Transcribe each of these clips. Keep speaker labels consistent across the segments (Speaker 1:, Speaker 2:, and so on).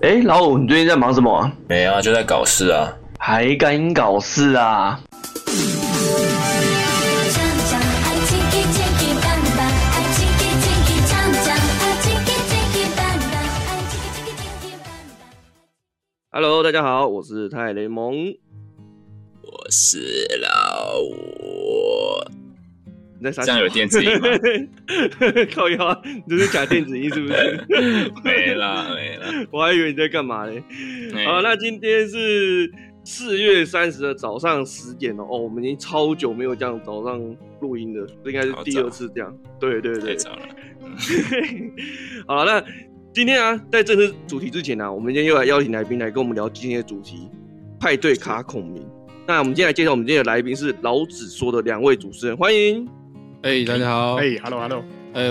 Speaker 1: 哎，老五，你最近在忙什么啊？
Speaker 2: 没啊，就在搞事啊。
Speaker 1: 还敢搞事啊？
Speaker 3: 锵锵，爱情给千金万把，爱情给千金锵锵，爱情给千金万把，爱情给千金万把。
Speaker 1: Hello，大家好，我是泰雷蒙。
Speaker 2: 我是老五，
Speaker 1: 你在啥？
Speaker 2: 这样有电子音吗？
Speaker 1: 靠腰啊，你这是假电子音是不 是？
Speaker 2: 没啦没啦。
Speaker 1: 我还以为你在干嘛嘞？
Speaker 2: 哎
Speaker 1: 好，那今天是四月三十的早上十点哦。哦，我们已经超久没有这样早上录音了，这应该是第二次这样。对对
Speaker 2: 太
Speaker 1: 对，
Speaker 2: 早了。
Speaker 1: 好了，那今天啊，在正式主题之前呢、啊，我们今天又来邀请来宾来跟我们聊今天的主题——派对卡孔明。那我们今天来介绍我们今天的来宾是老子说的两位主持人，欢迎。
Speaker 4: 哎、大家好！哎、
Speaker 5: 哎，hello hello，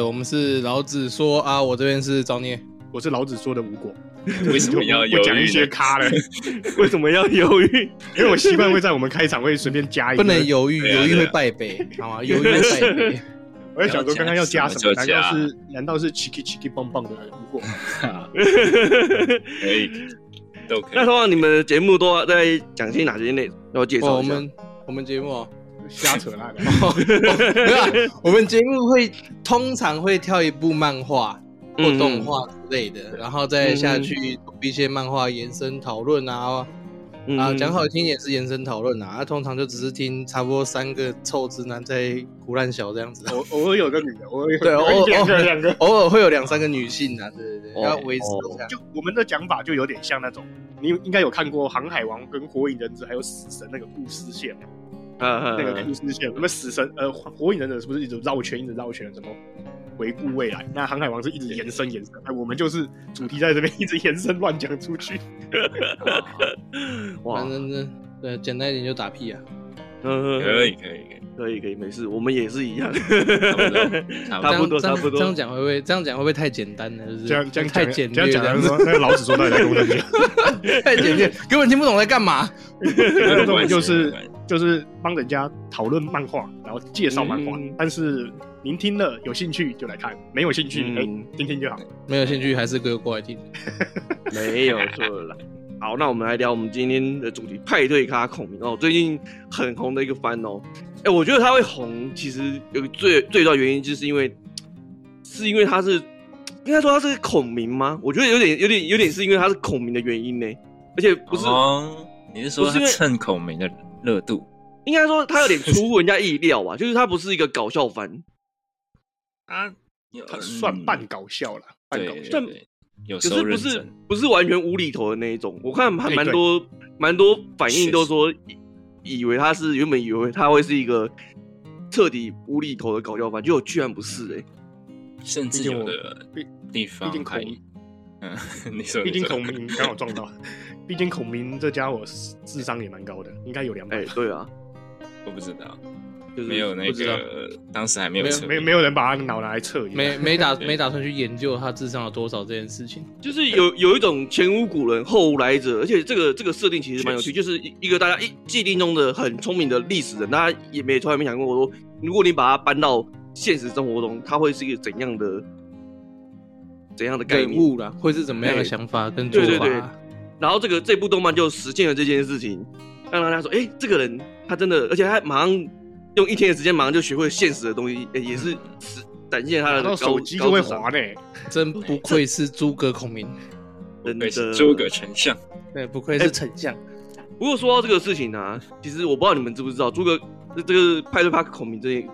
Speaker 4: 我们是老子说啊，我这边是造孽。
Speaker 5: 我是老子说的无果。
Speaker 2: 为什么要
Speaker 5: 我
Speaker 2: 犹
Speaker 5: 讲一
Speaker 2: 豫
Speaker 5: 些
Speaker 2: 呢？
Speaker 5: 咖了？
Speaker 1: 为什么要犹豫？
Speaker 5: 因为我习惯会在我们开场会随便
Speaker 1: 哎
Speaker 5: 加一个，
Speaker 4: 不能犹豫，
Speaker 2: 对啊
Speaker 4: 犹豫
Speaker 2: 对啊
Speaker 4: 会败北，好吗？犹豫会败 北。
Speaker 5: 我在想说刚刚要加什么？
Speaker 2: 不要
Speaker 5: 难
Speaker 2: 加
Speaker 5: 道
Speaker 2: 什么
Speaker 5: 是难道是 chiki chiki 棒棒的无果？
Speaker 2: 可以，都可
Speaker 1: 那
Speaker 2: 以。
Speaker 1: 通常你们的节目都在讲些哪些内容？要介
Speaker 4: 哦，
Speaker 1: 绍
Speaker 4: 我
Speaker 1: 一下。
Speaker 4: 们我们节目哦，
Speaker 5: 瞎扯那个。
Speaker 4: 哦没有啊，我们节目会通常会挑一部漫画或
Speaker 1: 嗯
Speaker 4: 动画之类的，然后再下去一些漫画延伸讨论啊，
Speaker 1: 嗯
Speaker 4: 啊，讲好听也是延伸讨论啊，啊通常就只是听差不多三个臭直男在胡乱小这样子。
Speaker 1: 哦
Speaker 5: 我偶尔有个女的，偶尔有
Speaker 4: 对偶尔
Speaker 5: 有一两
Speaker 4: 偶
Speaker 5: 个
Speaker 4: 尔
Speaker 5: 两个。
Speaker 4: 偶尔会有两三个女性啊，对对对，
Speaker 1: 哦
Speaker 4: 要维持一下。
Speaker 5: 就我们的讲法就有点像那种，你应该有看过《航海王》跟《火影忍者》还有《死神》那个故事线，那个
Speaker 1: 嗯
Speaker 5: 故事线。什么死神呃，火影忍者是不是一直绕圈，一直绕圈，怎么回顾未来？那航海王是一直延伸延伸，哎，我们就是主题在这边 一直延伸乱讲出去。
Speaker 1: 嗯，哇
Speaker 4: 反，正呢，对，简单一点就打屁啊。
Speaker 1: 嗯
Speaker 2: 可以可以可以
Speaker 1: 可以可以，没事，我们也是一样，
Speaker 2: 差不多，
Speaker 1: 差不多
Speaker 4: 这样
Speaker 1: 差不多
Speaker 4: 这样讲会不会这样讲会不会太简单了？就是
Speaker 5: 这样这样
Speaker 4: 太
Speaker 5: 讲
Speaker 4: 简
Speaker 5: 这样
Speaker 4: 略
Speaker 5: 讲
Speaker 4: 了，
Speaker 5: 来说，那个老子说到底在跟我讲什么？
Speaker 4: 太简略，根本听不懂在干嘛。
Speaker 2: 没有
Speaker 5: 这
Speaker 2: 关系
Speaker 5: 种就是
Speaker 2: 没关系
Speaker 5: 就是帮人家讨论漫画，然后介绍漫画
Speaker 1: 嗯。
Speaker 5: 但是您听了有兴趣就来看，没有兴趣
Speaker 1: 嗯
Speaker 5: 哎听听就好。
Speaker 4: 没有兴趣还是给我过来听。
Speaker 1: 哎没有错啦。好，那我们来聊我们今天的主题——派对咖孔明哦，最近很红的一个番哦。哎、我觉得它会红，其实有个最最大的原因，就是因为是因为它是应该说它是孔明吗？我觉得有点有点有点是因为它是孔明的原因呢，而且不是、
Speaker 2: 哦，你是说
Speaker 1: 不是
Speaker 2: 他
Speaker 1: 因为
Speaker 2: 趁孔明的热度？
Speaker 1: 应该说它有点出乎人家意料吧，就是它不是一个搞笑番，
Speaker 2: 啊，
Speaker 5: 它算半搞笑了，半
Speaker 2: 对
Speaker 5: 搞
Speaker 2: 对
Speaker 5: 笑。
Speaker 1: 但
Speaker 2: 对有
Speaker 1: 可
Speaker 2: 时
Speaker 1: 是
Speaker 2: 候
Speaker 1: 不
Speaker 2: 认
Speaker 1: 是
Speaker 2: 真，
Speaker 1: 不是完全无厘头的那一种。我看还
Speaker 5: 哎
Speaker 1: 蛮
Speaker 5: 对
Speaker 1: 多蛮多反
Speaker 2: 确
Speaker 1: 应
Speaker 2: 实
Speaker 1: 都说以以为他是原本以为他会是一个彻底无厘头的搞笑番，结果居然不是哎、
Speaker 2: 甚至
Speaker 5: 毕竟
Speaker 2: 有
Speaker 5: 我
Speaker 2: 的
Speaker 5: 毕
Speaker 2: 地方
Speaker 5: 竟
Speaker 2: 还
Speaker 5: 孔
Speaker 2: 嗯， 你说
Speaker 5: 毕
Speaker 2: 你
Speaker 5: 竟
Speaker 2: 说
Speaker 5: 孔明刚好撞到，毕竟孔明这家伙智商也蛮高的，应该有两
Speaker 1: 哎、
Speaker 5: 百。
Speaker 1: 对啊，
Speaker 2: 我不知道，
Speaker 1: 就是
Speaker 2: 没有那
Speaker 1: 不知道
Speaker 2: 个当时还没有
Speaker 4: 没有
Speaker 2: 成
Speaker 5: 没没有人把他脑拿来啊测验，
Speaker 4: 没没打
Speaker 2: 对
Speaker 4: 没打算去研究他智商有多少这件事情。
Speaker 1: 就是有有一种前无古人后无来者，而且这个这个设定其实蛮有趣，就是一一个大家一既定中的很聪明的历史人，大家也没从来没想过说，如果你把它搬到现实生活中，它会是一个怎样的怎样的概
Speaker 4: 感
Speaker 1: 念？
Speaker 4: 悟啦，会是怎么样的
Speaker 1: 对
Speaker 4: 想法跟做
Speaker 1: 对
Speaker 4: 法？
Speaker 1: 对对然后这个这部动漫就实现了这件事情，让大家说，哎、这个人他真的，而且他马上用一天的时间，马上就学会现实的东西，诶也是是展现他的
Speaker 5: 然
Speaker 1: 高
Speaker 5: 后手机就会滑
Speaker 1: 高
Speaker 5: 呢。
Speaker 4: 真不愧是诸葛孔明，
Speaker 1: 智商真
Speaker 2: 对
Speaker 1: 的。
Speaker 2: 诸葛丞相，
Speaker 4: 对，不愧
Speaker 1: 哎
Speaker 4: 是丞相。
Speaker 1: 不过说到这个事情啊，其实我不知道你们知不知道，诸葛这这个派对帕孔明这件，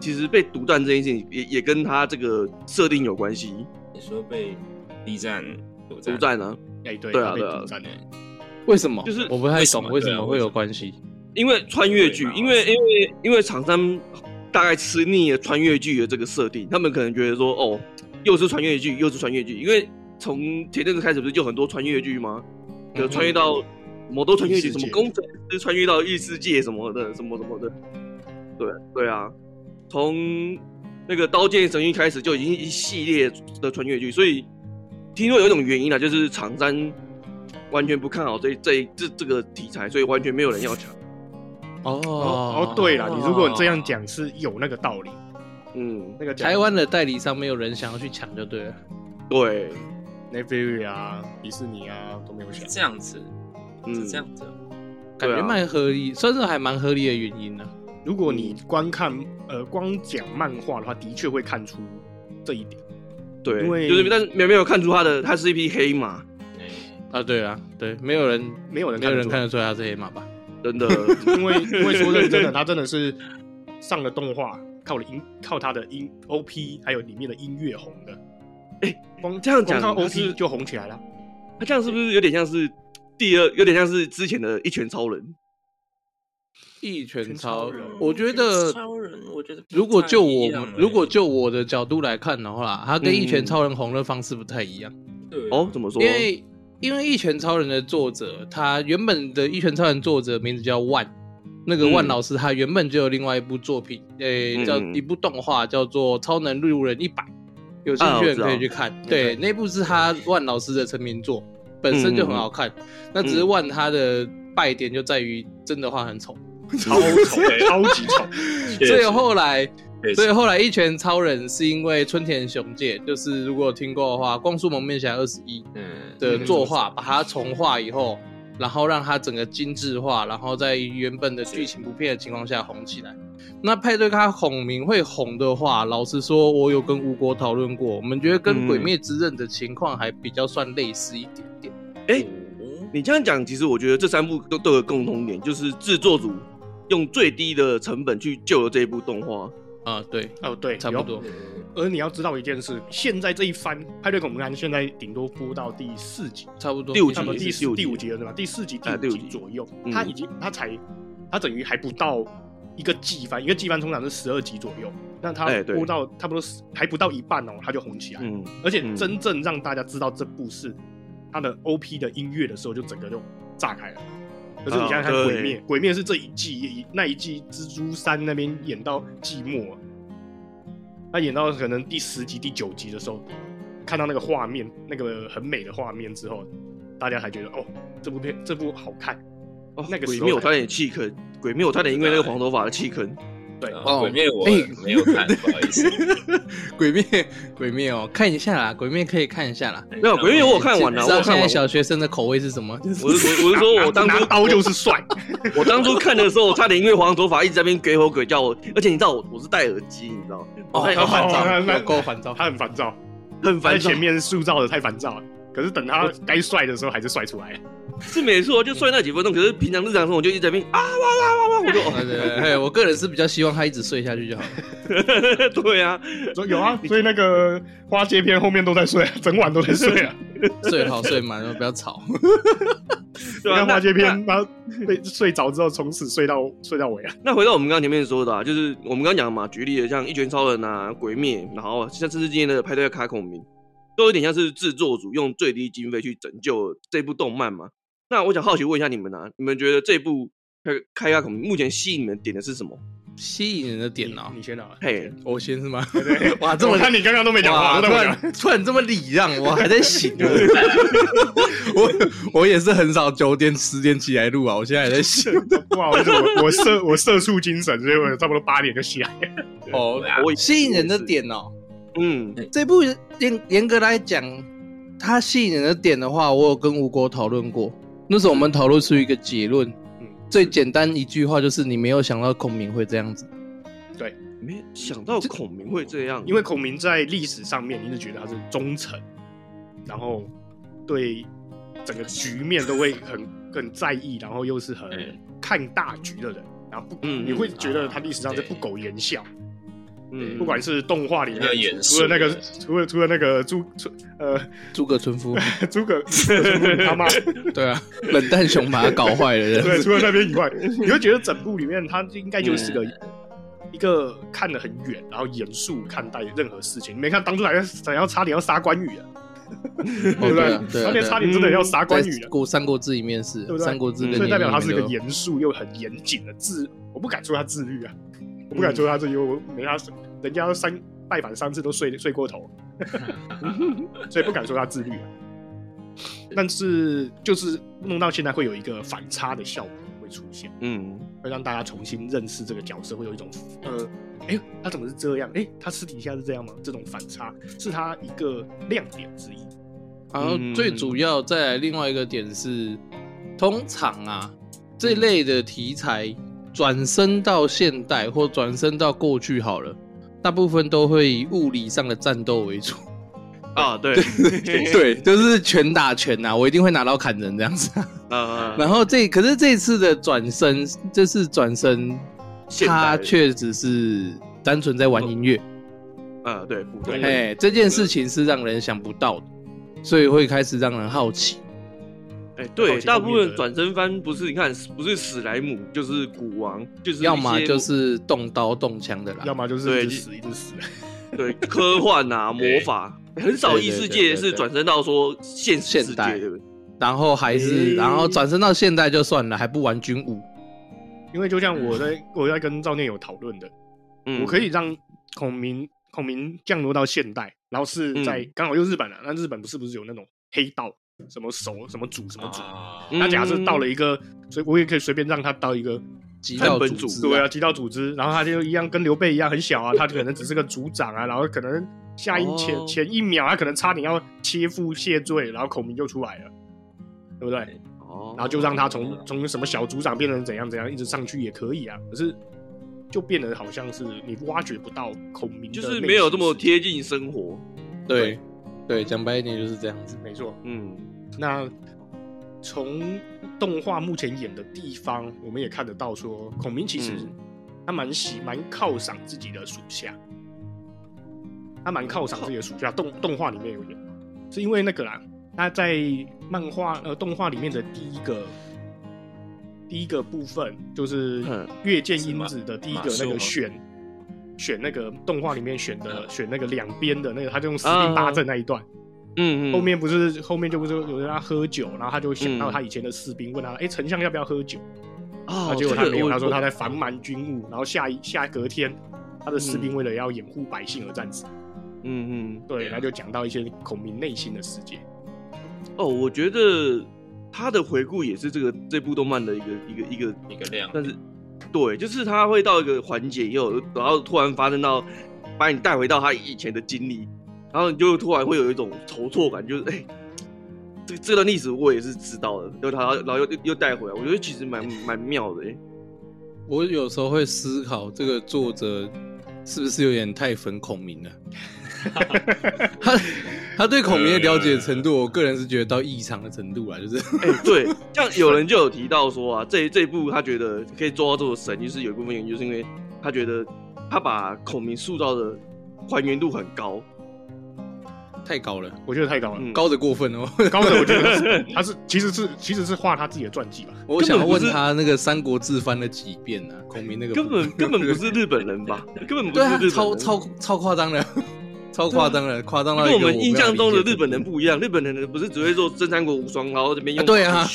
Speaker 1: 其实被独占这件事情也也跟他这个设定有关系，
Speaker 2: 你说被 B 站独
Speaker 1: 独占啊，
Speaker 5: 哎，对，
Speaker 1: 对啊
Speaker 5: 他被
Speaker 1: 对啊
Speaker 5: 独占了
Speaker 4: 为什么？
Speaker 1: 就是
Speaker 4: 我不太
Speaker 2: 为什
Speaker 4: 懂
Speaker 2: 么
Speaker 4: 为什
Speaker 2: 对啊
Speaker 4: 么
Speaker 2: 为
Speaker 4: 会
Speaker 2: 什
Speaker 4: 有
Speaker 2: 么
Speaker 4: 关系。
Speaker 1: 因为穿越剧
Speaker 2: 对，嘛
Speaker 1: 因为因为因为厂商大概吃腻了穿越剧的这个设定，他们可能觉得说，哦，又是穿越剧，又是穿越剧，因为从前阵子开始不是就很多穿越剧吗？
Speaker 4: 嗯
Speaker 1: 有穿越到某多穿越剧，
Speaker 5: 异世
Speaker 1: 什
Speaker 5: 界
Speaker 1: 么工程师穿越到异世界什么的，什么什么的，对对啊，从那个《刀剑神域》开始就已经一系列的穿越剧，所以听说有一种原因啊，就是厂商完全不看好这这这这个题材，所以完全没有人要抢。
Speaker 4: 哦
Speaker 5: 哦哦，对了，你如果这样，讲是有那个道理。
Speaker 1: 嗯，
Speaker 5: 那个讲
Speaker 4: 啊台湾的代理商没有人想要去抢就对了。
Speaker 1: 对，
Speaker 5: Netflix 啊、迪士尼啊都没有
Speaker 2: 是
Speaker 5: 选，
Speaker 2: 这样子，是
Speaker 1: 嗯，
Speaker 2: 这样子。
Speaker 4: 感
Speaker 1: 对
Speaker 4: 觉
Speaker 1: 啊
Speaker 4: 蛮合理，算是还蛮合理的原因啊呢、
Speaker 5: 如果你观看呃光讲漫画的话，的确会看出这一点。
Speaker 1: 对，
Speaker 5: 因为
Speaker 1: 就是但是没没有看出他的他是一匹黑马，
Speaker 2: 哎
Speaker 4: 啊。对啊，对，没有人
Speaker 5: 没有人
Speaker 4: 没
Speaker 5: 看
Speaker 4: 有
Speaker 5: 得
Speaker 4: 人
Speaker 5: 出
Speaker 4: 看
Speaker 5: 来，
Speaker 4: 得出来他是黑马吧？
Speaker 1: 真 的。
Speaker 5: 因为因为说认真的，他真的是上了动画，靠了音，靠他的音 OP，还有里面的音乐红的。
Speaker 1: 哎
Speaker 5: 光
Speaker 1: 这样讲
Speaker 5: 光靠
Speaker 1: 他是
Speaker 5: OP 就红起来了。
Speaker 1: 他这样是不是有点像是第二，有点像是之前的一拳超人？
Speaker 4: 一拳
Speaker 5: 拳
Speaker 4: 超
Speaker 5: 超人，
Speaker 4: 我觉得
Speaker 2: 超人，我觉得不
Speaker 4: 如果
Speaker 2: 太
Speaker 4: 就
Speaker 2: 一
Speaker 4: 我
Speaker 2: 样
Speaker 4: 们
Speaker 2: 欸
Speaker 4: 如果就我的角度来看的话，他跟一拳
Speaker 1: 嗯
Speaker 4: 超人红的方式不太一样，
Speaker 2: 对啊
Speaker 1: 哦，怎么说？
Speaker 4: 因为因为一拳超人的作者，他原本的一拳超人作者名字叫万。那个万
Speaker 1: 嗯
Speaker 4: 老师，他原本就有另外一部作品，诶、
Speaker 1: 嗯
Speaker 4: 叫
Speaker 1: 嗯
Speaker 4: 一部动画叫做《超能路人一百》，有兴
Speaker 1: 啊
Speaker 4: 趣
Speaker 1: 我
Speaker 4: 的
Speaker 1: 知
Speaker 4: 可以
Speaker 1: 道嗯
Speaker 4: 去看。对，那部是他万老师的成名作，本身就很好
Speaker 1: 嗯
Speaker 4: 看。那只是万他的败点就在于真的画很丑，
Speaker 5: 超丑，超级丑。
Speaker 1: 嗯
Speaker 2: 确
Speaker 4: 所以
Speaker 2: 实
Speaker 4: 后来
Speaker 2: 确
Speaker 4: 所以
Speaker 2: 实
Speaker 4: 后来一拳超人是因为春田雄介，就是如果有听过的话，《光速蒙面侠二十一》
Speaker 2: 嗯
Speaker 4: 的作画，把它重画以后，然后让它整个精致化，然后在原本的剧情不变的情况下红起来。那派对咖哄名会红的话，老实说，我有跟吴国讨论过，我们觉得跟《
Speaker 1: 嗯
Speaker 4: 鬼灭之刃》的情况还比较算类似一点点。
Speaker 1: 哎你这样讲，其实我觉得这三部都都有共同点，就是制作组用最低的成本去救了这一部动画。
Speaker 4: 啊，对，
Speaker 5: 哦，对，
Speaker 4: 差不
Speaker 5: 有
Speaker 4: 多。
Speaker 5: 而你要知道一件事，现在这一番《派对恐怖案》现在顶多播到第四集，
Speaker 4: 差不多。
Speaker 1: 第五集
Speaker 5: 差不多第
Speaker 1: 第
Speaker 5: 四
Speaker 1: 五集
Speaker 5: 第五集了对吧？第四集、
Speaker 1: 哎
Speaker 5: 第五
Speaker 1: 第五
Speaker 5: 集
Speaker 1: 集
Speaker 5: 左右
Speaker 1: 嗯，
Speaker 5: 它已经它才它等于还不到一个季番，一个季番通常是十二集左右，那它
Speaker 1: 哎对
Speaker 5: 播到差不多10还不到一半哦，它就红起来。
Speaker 1: 嗯，
Speaker 5: 而且
Speaker 1: 嗯
Speaker 5: 真正让大家知道这部是它的 OP 的音乐的时候，就整个就炸开了。可是你想想看
Speaker 1: 啊
Speaker 5: 《
Speaker 1: 对
Speaker 5: 鬼灭》，《鬼灭》是这一季那一季蜘蛛山那边演到季末，他演到可能第十集、第九集的时候，看到那个画面，那个很美的画面之后，大家才觉得哦，这部片这部好看。
Speaker 1: 哦，
Speaker 5: 那个
Speaker 1: 鬼
Speaker 5: 时候
Speaker 1: 灭我
Speaker 5: 还
Speaker 1: 差点弃坑，鬼灭我差点因为那个黄头发而弃坑。
Speaker 5: 对，
Speaker 2: 啊
Speaker 4: 哦
Speaker 2: 鬼灭我
Speaker 4: 哎
Speaker 2: 没有看，不好意思。
Speaker 4: 鬼灭， 鬼灭哦，看一下啦，鬼灭可以看一下啦。
Speaker 1: 没有鬼灭我有看完了，
Speaker 4: 知
Speaker 1: 我有
Speaker 4: 道现
Speaker 1: 看
Speaker 4: 在
Speaker 1: 完。
Speaker 4: 小学生的口味是什么？就是
Speaker 1: 我是我我是说，哦我当
Speaker 5: 拿
Speaker 1: 初
Speaker 5: 刀就 是帅，
Speaker 1: 我当初看的时候，我差点因为黄头发一直在那边鬼吼鬼叫我，而且你知道我我是戴耳机，你知道吗？我差点要
Speaker 5: 烦躁
Speaker 4: 哦
Speaker 5: 那
Speaker 4: 有够烦躁。
Speaker 5: 他很烦躁，
Speaker 1: 很
Speaker 5: 他在
Speaker 1: 烦躁
Speaker 5: 前。面塑造的太烦躁了。可是等他该帅的时候，还是帅出来了。
Speaker 1: 是没错，就睡那几分钟，可是平常日常生活就一直在那边啊哇哇哇哇，我就
Speaker 4: 对对对，我个人是比较希望他一直睡下去就好了。
Speaker 1: 哦对啊，
Speaker 5: 说有啊，所以那个花街片后面都在睡， 整晚都在睡啊。
Speaker 4: 睡好睡满，不要吵。
Speaker 1: 对啊
Speaker 5: 看，
Speaker 1: 那
Speaker 5: 花街
Speaker 1: 那
Speaker 5: 片，他被睡着之后，从此睡到睡到尾啊。
Speaker 1: 那回到我们刚刚前面说的、啊，就是我们刚刚讲的嘛，举例的像《一拳超人》啊，《鬼灭》，然后像这次今天的派对卡孔明，都有点像是制作组用最低经费去拯救这部动漫嘛。那我想好奇问一下你们啊，你们觉得这部开开卡孔明目前吸引你们的点的是什么？
Speaker 4: 吸引人的点哦
Speaker 5: 你，你先拿。
Speaker 1: 嘿，
Speaker 4: 我先是吗？ 哇，这么
Speaker 5: 嗯我看你刚刚都没讲话，
Speaker 4: 哇，
Speaker 5: 我
Speaker 4: 突
Speaker 5: 都没讲。
Speaker 4: 然突然这么礼让，我还在醒啊。 我我也是很少九点十点起来录啊，我现在还在 醒。
Speaker 5: 不好意思，我我社我社畜精神，所以我差不多八点就起 来。
Speaker 4: 哦，
Speaker 1: 我
Speaker 4: 吸引人的，点哦，
Speaker 1: 嗯，
Speaker 4: 这部严严格来讲，它吸引人的点的话，我有跟吴国讨论过。那时候我们讨论出一个结论
Speaker 5: 嗯，
Speaker 4: 最简单一句话就是你没有想到孔明会这样子。
Speaker 1: 没想到孔明会这样，
Speaker 5: 因为孔明在历史上面，你是觉得他是忠诚，然后对整个局面都会很很在意，然后又是很
Speaker 2: 嗯
Speaker 5: 看大局的人，然后不，
Speaker 1: 嗯
Speaker 5: 你会觉得他历史上是
Speaker 2: 对
Speaker 5: 不苟言笑。
Speaker 1: 嗯
Speaker 5: 不管是动画里面
Speaker 2: 比较严，肃
Speaker 5: 除了那个
Speaker 2: 的，
Speaker 5: 除了除了那个诸诸呃
Speaker 4: 诸葛村夫，
Speaker 5: 诸葛 他妈，
Speaker 4: 对啊，冷淡熊把他搞坏了。这样
Speaker 5: 对，
Speaker 4: 子
Speaker 5: 除了那边以外，你会觉得整部里面他应该就是
Speaker 4: 嗯
Speaker 5: 个一个看得很远，然后严肃看待任何事情。你没看当初还要想要差点要杀关羽啊，
Speaker 4: 哦
Speaker 5: 不
Speaker 4: 对啊对啊对
Speaker 5: 当年
Speaker 4: 啊
Speaker 5: 差点真的要杀关羽啊
Speaker 4: 在
Speaker 5: 了，
Speaker 4: 过《三国志》里面是，
Speaker 5: 对不对
Speaker 4: 三国志》
Speaker 1: 嗯
Speaker 4: 跟
Speaker 5: 所以代表
Speaker 4: 你
Speaker 5: 他是一
Speaker 4: 们
Speaker 5: 个
Speaker 4: 有
Speaker 5: 严肃又很严谨的自，我不敢说他自律啊，我不敢说他自律，我没他，人家三拜访三次都睡睡过头， 所以不敢说他自律啊。但是就是弄到现在会有一个反差的效果会出现，
Speaker 1: 嗯，
Speaker 5: 会让大家重新认识这个角色，会有一种呃，哎、他怎么是这样？哎、他私底下是这样吗？这种反差是他一个亮点之一。
Speaker 4: 然后最主要再来另外一个点是，通常啊这类的题材转身到现代或转身到过去好了，大部分都会以物理上的战斗为主。
Speaker 1: 啊，对，
Speaker 4: 对，就是拳打拳呐、啊，我一定会拿刀砍人这样子啊、
Speaker 1: 呃，
Speaker 4: 然后这可是这次的转身，这次转身，
Speaker 1: 现代
Speaker 4: 他
Speaker 1: 的
Speaker 4: 确只是单纯在玩音乐。
Speaker 1: 呃，对，不对，
Speaker 5: 对
Speaker 4: 哎，这件事情是让人想不到的，所以会开始让人好奇。
Speaker 1: 哎，对，
Speaker 5: 好奇
Speaker 1: 大
Speaker 5: 后
Speaker 1: 部
Speaker 5: 面
Speaker 1: 分
Speaker 5: 的
Speaker 1: 转身翻不是你看，不是史莱姆就是古王，就是
Speaker 4: 要
Speaker 1: 一
Speaker 4: 么
Speaker 1: 些
Speaker 4: 就是动刀动枪的
Speaker 5: 要
Speaker 4: 啦。
Speaker 5: 么就是
Speaker 1: 对
Speaker 5: 一直死一直死，
Speaker 1: 对科幻啊魔法，很少异世界是转身到说现实世
Speaker 4: 现
Speaker 1: 界，
Speaker 4: 代
Speaker 1: 对不对？
Speaker 4: 然后还是，
Speaker 5: 诶
Speaker 4: 然后转身到现代就算了，还不玩军武。
Speaker 5: 因为就像我在我在跟赵念有讨论的，
Speaker 1: 嗯
Speaker 5: 我可以让孔明孔明降落到现代，然后
Speaker 1: 嗯
Speaker 5: 是在刚好又日本了、那日本不是不是有那种黑道什么手什么组什么组？
Speaker 2: 啊，
Speaker 1: 嗯
Speaker 5: 那假设到了一个，所以我也可以随便让他到一个
Speaker 4: 极
Speaker 1: 看
Speaker 4: 道
Speaker 1: 本组
Speaker 4: 组织
Speaker 5: 对
Speaker 4: 啊
Speaker 5: 啊，极道组织，然后他就一样跟刘备一样很小 啊，他可能只是个组长啊，然后可能下一前、
Speaker 1: 哦
Speaker 5: 前一秒他可能差点要切腹谢罪，然后孔明就出来了，对不对？
Speaker 1: 哦，
Speaker 5: 然后就让他从从什么小组长变成怎样怎样，一直上去也可以啊。可是就变得好像是你挖掘不到孔明，
Speaker 1: 就是没有这么。贴近生活，
Speaker 4: 对对，讲白一点就是这样子。
Speaker 5: 没错，
Speaker 1: 嗯，
Speaker 5: 那从动画目前演的地方，我们也看得到说，孔明其实
Speaker 1: 嗯
Speaker 5: 他蛮喜蛮犒赏自己的属下，他蛮犒赏自己的属下。动动画里面有演，是因为那个啦，他在漫画呃动画里面的第一个第一个部分就是
Speaker 1: 嗯
Speaker 5: 月见英子的第一个
Speaker 2: 是
Speaker 5: 那
Speaker 2: 吗马术
Speaker 5: 个
Speaker 2: 吗
Speaker 5: 选。选那个动画里面选的
Speaker 2: 嗯啊
Speaker 5: 选那个两边的那个，他就用司令八阵那一段，
Speaker 1: 嗯嗯，
Speaker 5: 后面不是后面就不是有人让他喝酒，然后他就想到
Speaker 1: 嗯
Speaker 5: 他以前的士兵，问他，哎、丞相要不要喝酒？
Speaker 1: 啊
Speaker 5: 啊，，结果他
Speaker 1: 这个
Speaker 5: 没有，
Speaker 1: 我
Speaker 5: 他说他在防蛮军务，然后下一下隔天，他的士兵为了要掩护百姓而战死。
Speaker 1: 嗯嗯，
Speaker 5: 对，
Speaker 2: 对啊
Speaker 5: 他就讲到一些孔明内心的世界。
Speaker 1: 哦，我觉得他的回顾也是这个这部动漫的一个一个一个
Speaker 2: 一个亮
Speaker 1: 但是对，就是他会到一个环节以后，然后突然发生到把你带回到他以前的经历，然后你就突然会有一种筹措感，就是哎、这这段历史我也是知道的，然后他然后又又又带回来，我觉得其实蛮蛮妙的、哎
Speaker 4: 我有时候会思考，这个作者是不是有点太粉孔明了？他他对孔明的了解程度，我个人是觉得到异常的程度啊，就是
Speaker 1: 哎、对，像有人就有提到说啊，这这一部他觉得可以做到这么神，就是有一部分原因就是因为他觉得他把孔明塑造的还原度很高，
Speaker 4: 太高了，
Speaker 5: 我觉得太高了，
Speaker 1: 嗯，
Speaker 4: 高的过分哦。
Speaker 5: 高的我觉得他是 他是其实是其实是画他自己的传 记吧。
Speaker 4: 我想要问他那个《三国志》翻了几遍啊？孔明那 个
Speaker 1: 根
Speaker 4: 部分
Speaker 1: 本根本不是日本人吧？根本不
Speaker 4: 对
Speaker 1: 是日
Speaker 4: 啊
Speaker 1: 本，人，
Speaker 4: 超超超夸张的， 超夸张的，夸张到
Speaker 1: 跟
Speaker 4: 一
Speaker 1: 啊我
Speaker 4: 个
Speaker 1: 们印象中的日
Speaker 4: 没有
Speaker 1: 本
Speaker 4: 理解
Speaker 1: 人不一样，日本人不是只会做《真三国无双》，然后这边
Speaker 4: 啊
Speaker 1: 用
Speaker 4: 对啊，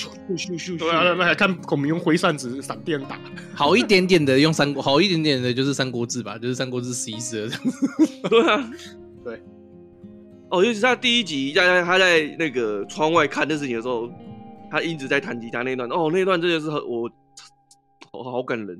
Speaker 5: 对啊，那还看孔明用挥扇子闪电打，
Speaker 4: 好一点点的用三国，好一点点的就是《三国志》吧，就是《三国志》十一十二这样子。
Speaker 1: 对 啊，
Speaker 5: 对。
Speaker 1: 哦，尤其是他第一集在他在那个窗外看这事情的时候，他一直在弹吉他那一段，哦，那一段真的是很我好好感人，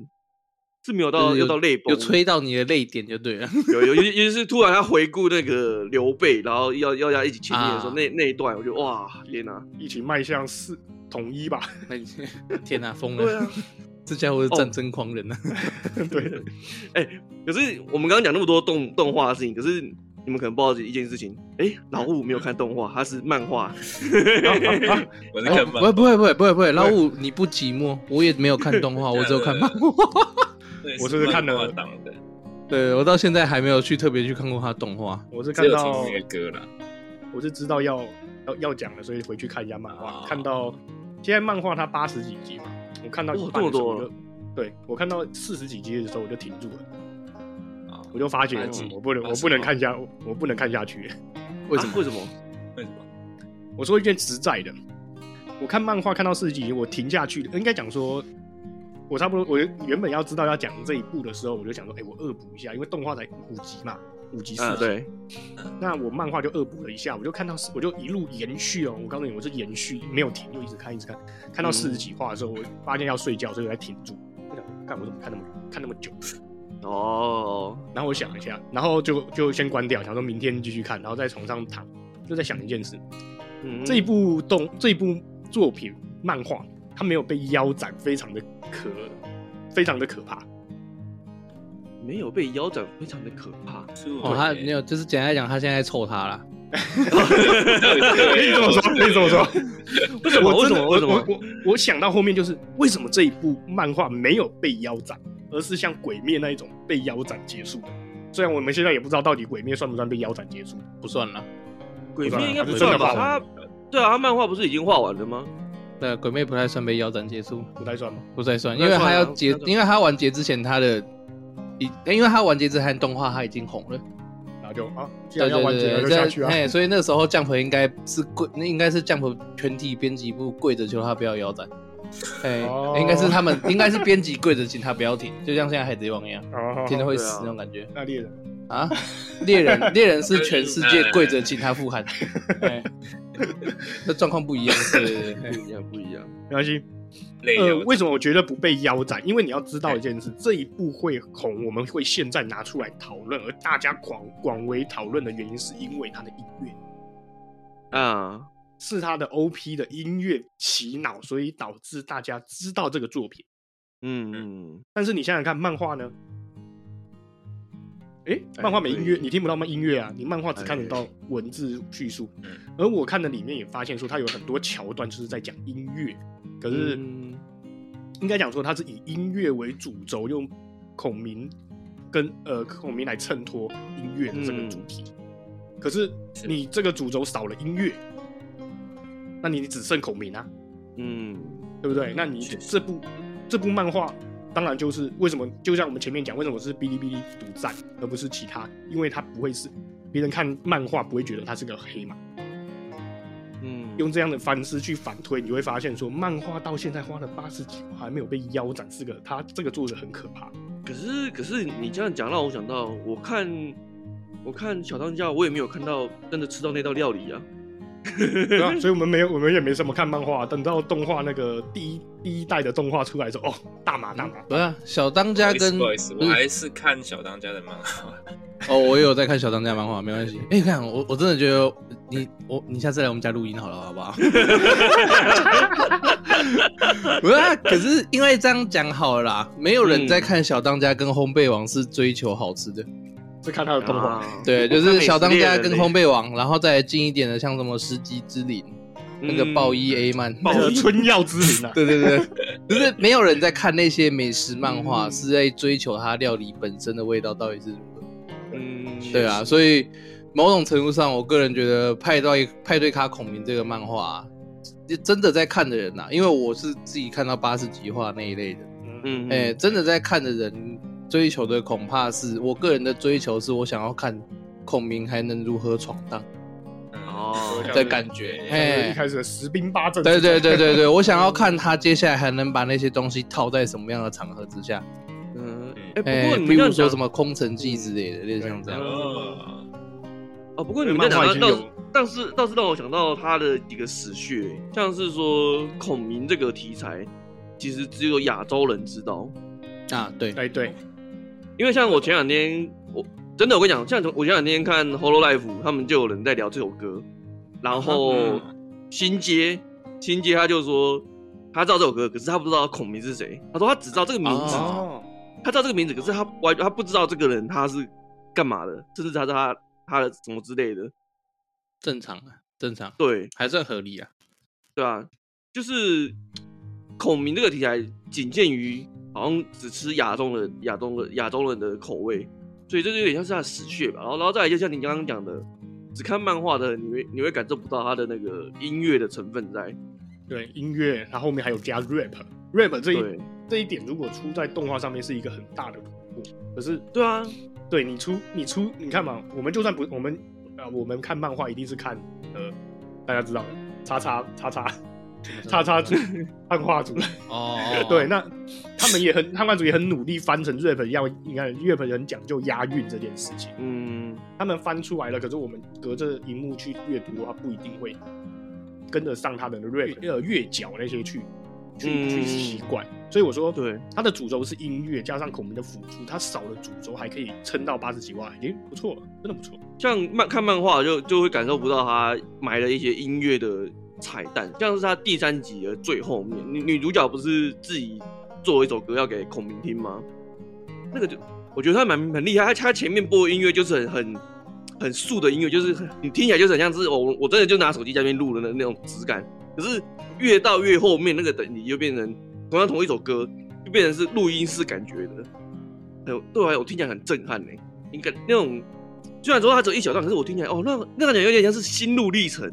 Speaker 1: 是没有到
Speaker 4: 就是有
Speaker 1: 要到泪崩，
Speaker 4: 有吹到你的泪点 就对了。
Speaker 1: 有有尤其尤其是突然他回顾那个刘备，然后要要要一起亲历的时候，
Speaker 4: 啊
Speaker 1: 那那一段，我就哇天哪、
Speaker 5: 一起迈向四统一吧。
Speaker 4: 那你 天哪、疯
Speaker 1: 对
Speaker 4: 了！
Speaker 1: 啊，哦
Speaker 4: 这家伙是战争狂人啊！
Speaker 5: 对，
Speaker 1: 哎可是我们刚刚讲那么多动动画的事情，可是你们可能不知道的一件事情，哎、老五没有看动画，他是漫画。
Speaker 2: 我在
Speaker 4: 哦
Speaker 2: 看
Speaker 4: 不
Speaker 2: 漫
Speaker 4: 会
Speaker 2: 画，
Speaker 4: 不会不会不会不
Speaker 1: 啊
Speaker 4: 会，老五你不寂寞，我也没有看动 画，我只有看漫
Speaker 1: 啊
Speaker 4: 画。
Speaker 2: 对
Speaker 5: 我这是看了
Speaker 2: 漫画党的，
Speaker 4: 对我到现在还没有去特别去看过他的动画。
Speaker 5: 我是
Speaker 2: 只
Speaker 5: 看
Speaker 2: 有听
Speaker 5: 到
Speaker 2: 那个歌啦，
Speaker 5: 我是知道要要要讲了，所以回去看一下漫画，
Speaker 2: 哦
Speaker 5: 看到现在漫画它八十几集嘛，我看到
Speaker 1: 哇
Speaker 5: 一半的时候我
Speaker 1: 这么多
Speaker 5: 就，对我看到四十几集的时候我就停住了，
Speaker 2: 啊，
Speaker 5: 我就发觉
Speaker 2: 八十
Speaker 5: 嗯我不能
Speaker 2: 八
Speaker 5: 我
Speaker 2: 十
Speaker 5: 不能
Speaker 2: 吗
Speaker 5: 看下我我不能看下去。
Speaker 4: 为什么
Speaker 1: 啊？为什么？
Speaker 2: 为什么？
Speaker 5: 我说一件实在的，我看漫画看到四十几集我停下去了，应该讲说。我差不多，我原本要知道要讲这一部的时候，我就想说，哎、我恶补一下，因为动画才五集嘛，五集四集，
Speaker 1: 啊，对，
Speaker 5: 那我漫画就恶补了一下，我就看到四，我就一路延续哦。我告诉你，我是延续，没有停，就一直看，一直看，看到
Speaker 1: 嗯
Speaker 5: 四十几话的时候，我发现要睡觉，所以我才停住。我想，干我怎么看那么看那么久？
Speaker 1: 哦，
Speaker 5: 然后我想了一下，然后就就先关掉，想说明天继续看，然后在床上躺，就在想一件事：
Speaker 1: 嗯
Speaker 5: 这一部动这一部作品漫画，它没有被腰斩，非常的可，非常的可怕。
Speaker 1: 没有被腰斩，非常的可怕。
Speaker 4: 哦，他没有，就是简单来讲，他现在在臭他啦。
Speaker 5: 可以 这么说，可以这么说。
Speaker 1: 为什么
Speaker 5: 我真的
Speaker 1: 为什么
Speaker 5: 我
Speaker 1: 为什么
Speaker 5: 我我我想到后面就是为什么这一部漫画没有被腰斩，而是像《鬼灭》那一种被腰斩结束的。虽然我们现在也不知道到底《鬼灭》算不算被腰斩结束，
Speaker 4: 不算了。
Speaker 1: 鬼
Speaker 5: 不知道
Speaker 1: 灭应该
Speaker 5: 他
Speaker 1: 不
Speaker 5: 是
Speaker 1: 算
Speaker 5: 真的
Speaker 1: 吧？
Speaker 5: 画
Speaker 1: 他对啊，他漫画不是已经画完了吗？
Speaker 4: 对，鬼妹不太算被腰斩结束，
Speaker 5: 不太算吗？
Speaker 4: 不太算，
Speaker 1: 不
Speaker 4: 因
Speaker 1: 太
Speaker 4: 为
Speaker 1: 算啊
Speaker 4: 他要
Speaker 1: 不太
Speaker 4: 结，
Speaker 1: 算
Speaker 4: 因为他完结之前他的已，因为他完结之前动画他已经红了，
Speaker 5: 然后就啊，既然
Speaker 4: 对
Speaker 5: 要
Speaker 4: 对
Speaker 5: 完结
Speaker 4: 对
Speaker 5: 了就
Speaker 4: 对，
Speaker 5: 下
Speaker 4: 在
Speaker 5: 去啊。
Speaker 4: 哎，所以那时候 Jump 应该是跪，那应该是 Jump 全体编辑部跪着求他不要腰斩，哎
Speaker 5: 哦，
Speaker 4: 应该是他们，应该是编辑跪着请他不要停，就像现在海贼王一样，
Speaker 5: 哦，
Speaker 4: 天天会
Speaker 1: 对啊
Speaker 4: 死那种感觉
Speaker 5: 那猎人
Speaker 4: 啊。猎人，猎人是全世界跪着请他复刊，哎，那状况不一样，对对 对。
Speaker 1: 不一样，不一样。
Speaker 5: 没关系。
Speaker 2: 累
Speaker 5: 呃
Speaker 2: 了，，
Speaker 5: 为什么我觉得不被腰斩？因为你要知道一件事，这一部会红，我们会现在拿出来讨论，而大家广广为讨论的原因，是因为它的音乐
Speaker 1: 啊，
Speaker 5: 是它的 OP 的音乐洗脑，所以导致大家知道这个作品。
Speaker 1: 嗯嗯，
Speaker 5: 但是你想想看，漫画呢？诶，
Speaker 1: 哎
Speaker 5: 漫画没音乐，
Speaker 1: 对
Speaker 5: 你听不到漫音乐啊，你漫画只看得到文字叙述
Speaker 2: 嗯。
Speaker 5: 而我看的里面也发现说，它有很多桥段就是在讲音乐，可是
Speaker 1: 嗯
Speaker 5: 应该讲说它是以音乐为主轴，用孔明跟呃孔明来衬托音乐的这个主题。
Speaker 1: 嗯
Speaker 5: 可是
Speaker 2: 是
Speaker 5: 你这个主轴少了音乐，那你只剩孔明啊。
Speaker 1: 嗯，
Speaker 5: 对不对？那你
Speaker 2: 确实
Speaker 5: 这部这部漫画，当然就是为什么，就像我们前面讲，为什么是哔哩哔哩独占，而不是其他，因为它不会是别人看漫画不会觉得它是个黑马。
Speaker 1: 嗯，
Speaker 5: 用这样的方式去反推，你会发现说，漫画到现在花了八十几话还没有被腰斩，是个他这个作者很可怕。
Speaker 1: 可是可是你这样讲让我想到，我看我看小当家，我也没有看到真的吃到那道料理啊。
Speaker 5: 对啊，所以我们没有，我们也没什么看漫画。等到动画那个第一第一代的动画出来之后，哦，大马大马，
Speaker 4: 不是啊小当家跟
Speaker 2: 不好意思，不好意思我
Speaker 4: 不是
Speaker 2: 还是看小当家的漫画。
Speaker 4: 哦，我也有在看小当家漫画，没关系。哎、看我，我真的觉得你，我你下次来我们家录音好了，好不 好？不是、啊，可是因为这样讲好了啦，没有人
Speaker 1: 嗯
Speaker 4: 在看小当家跟烘焙王是追求好吃的，
Speaker 5: 是看他的动画。
Speaker 1: 啊
Speaker 4: 对，就是小当家跟烘
Speaker 1: 焙
Speaker 4: 焙王，然后再近一点的，像什么十级之灵、那个爆衣 A 漫，
Speaker 5: 那
Speaker 1: 嗯暴
Speaker 5: 个
Speaker 1: 衣
Speaker 5: 春药之灵啊，
Speaker 4: 对对对，就是没有人在看那些美食漫画，
Speaker 1: 嗯
Speaker 4: 是在追求它料理本身的味道到底是如何。
Speaker 1: 嗯，
Speaker 4: 对啊，所以某种程度上，我个人觉得派对派对咖孔明这个漫画、啊，真的在看的人呐、因为我是自己看到八十集画那一类的，
Speaker 1: 嗯，
Speaker 5: 嗯，
Speaker 4: 哎、真的在看的人追求的恐怕是我个人的追求，是我想要看孔明还能如何闯 荡
Speaker 1: 哦
Speaker 4: 的感觉，
Speaker 2: 对
Speaker 4: 哎、
Speaker 5: 一开始的十兵八阵，
Speaker 4: 对对对对对，我想要看他接下来还能把那些东西套在什么样的场合之下，
Speaker 1: 嗯，哎、
Speaker 2: 哎
Speaker 1: 不过
Speaker 4: 哎
Speaker 1: 你们这
Speaker 4: 比如
Speaker 1: 样
Speaker 4: 说
Speaker 1: 讲嗯
Speaker 4: 什么空城计之类的，类似像这样。
Speaker 2: 哦，
Speaker 1: 哦，不过你们
Speaker 5: 漫
Speaker 1: 这
Speaker 5: 画
Speaker 1: 样
Speaker 5: 已
Speaker 1: 讲
Speaker 5: 经
Speaker 1: 倒
Speaker 5: 有
Speaker 1: 是倒是倒是让我想到他的几个死穴，像是说孔明这个题材，其实只有亚洲人知道，
Speaker 4: 啊，对，
Speaker 5: 哎对，
Speaker 1: 因为像我前两天，我真的我跟你讲，像我前两天看《Hollow Life》，他们就有人在聊这首歌，然后新街新街他就说他知道这首歌，可是他不知道孔明是谁，他说他只知道这个名字，
Speaker 4: 哦
Speaker 1: 他知道这个名字，可是他完他不知道这个人他是干嘛的，甚至他是他他的什么之类的，
Speaker 4: 正常啊，正常，
Speaker 1: 对
Speaker 4: 还算合理啊。
Speaker 1: 对啊，就是孔明这个题材仅限于好像只吃亚洲人亚洲人亚洲人的口味，所以这就有点像是他的死穴吧。然后，然后再来就像你刚刚讲的，只看漫画的你会你会感受不到他的那个音乐的成分在。
Speaker 5: 对音乐，它后面还有加 rap。rap 这一
Speaker 1: 对
Speaker 5: 这一点，如果出在动画上面是一个很大的突破。可是，
Speaker 1: 对啊，
Speaker 5: 对你出你出，你看嘛，我们就算不我们呃，我们看漫画一定是看呃，大家知道的，叉叉叉叉叉叉组汉化组，
Speaker 4: 哦，
Speaker 5: 对，那他们也很汉化组也很努力翻成 rap，要你看 rap 很讲究押韵这件事情，
Speaker 1: 嗯，
Speaker 5: 他们翻出来了，可是我们隔着荧幕去阅读的话，不一定会跟得上他们的 rap 呃乐脚那些去去、
Speaker 1: 嗯
Speaker 5: 去习惯。所以我说，
Speaker 1: 对，
Speaker 5: 它的主轴是音乐，加上孔明的辅助，它少了主轴还可以撑到八十几万，诶、不错，真的不错。
Speaker 1: 像漫看漫画就就会感受不到他埋了一些音乐的彩蛋，像是他第三集的最后面，女女主角不是自己做一首歌要给孔明听吗？那个就我觉得他蛮蛮厉害，他他前面播的音乐就是很很很素的音乐，就是很你听起来就是很像是哦我我真的就拿手机在那边录的那那种质感，可是越到越后面那个等级就变成同样同一首歌，就变成是录音室感觉的，哎呦，对我来讲我听起来很震撼呢、应该那种，虽然说它只有一小段，可是我听起来哦，那那感觉有点像是心路历程，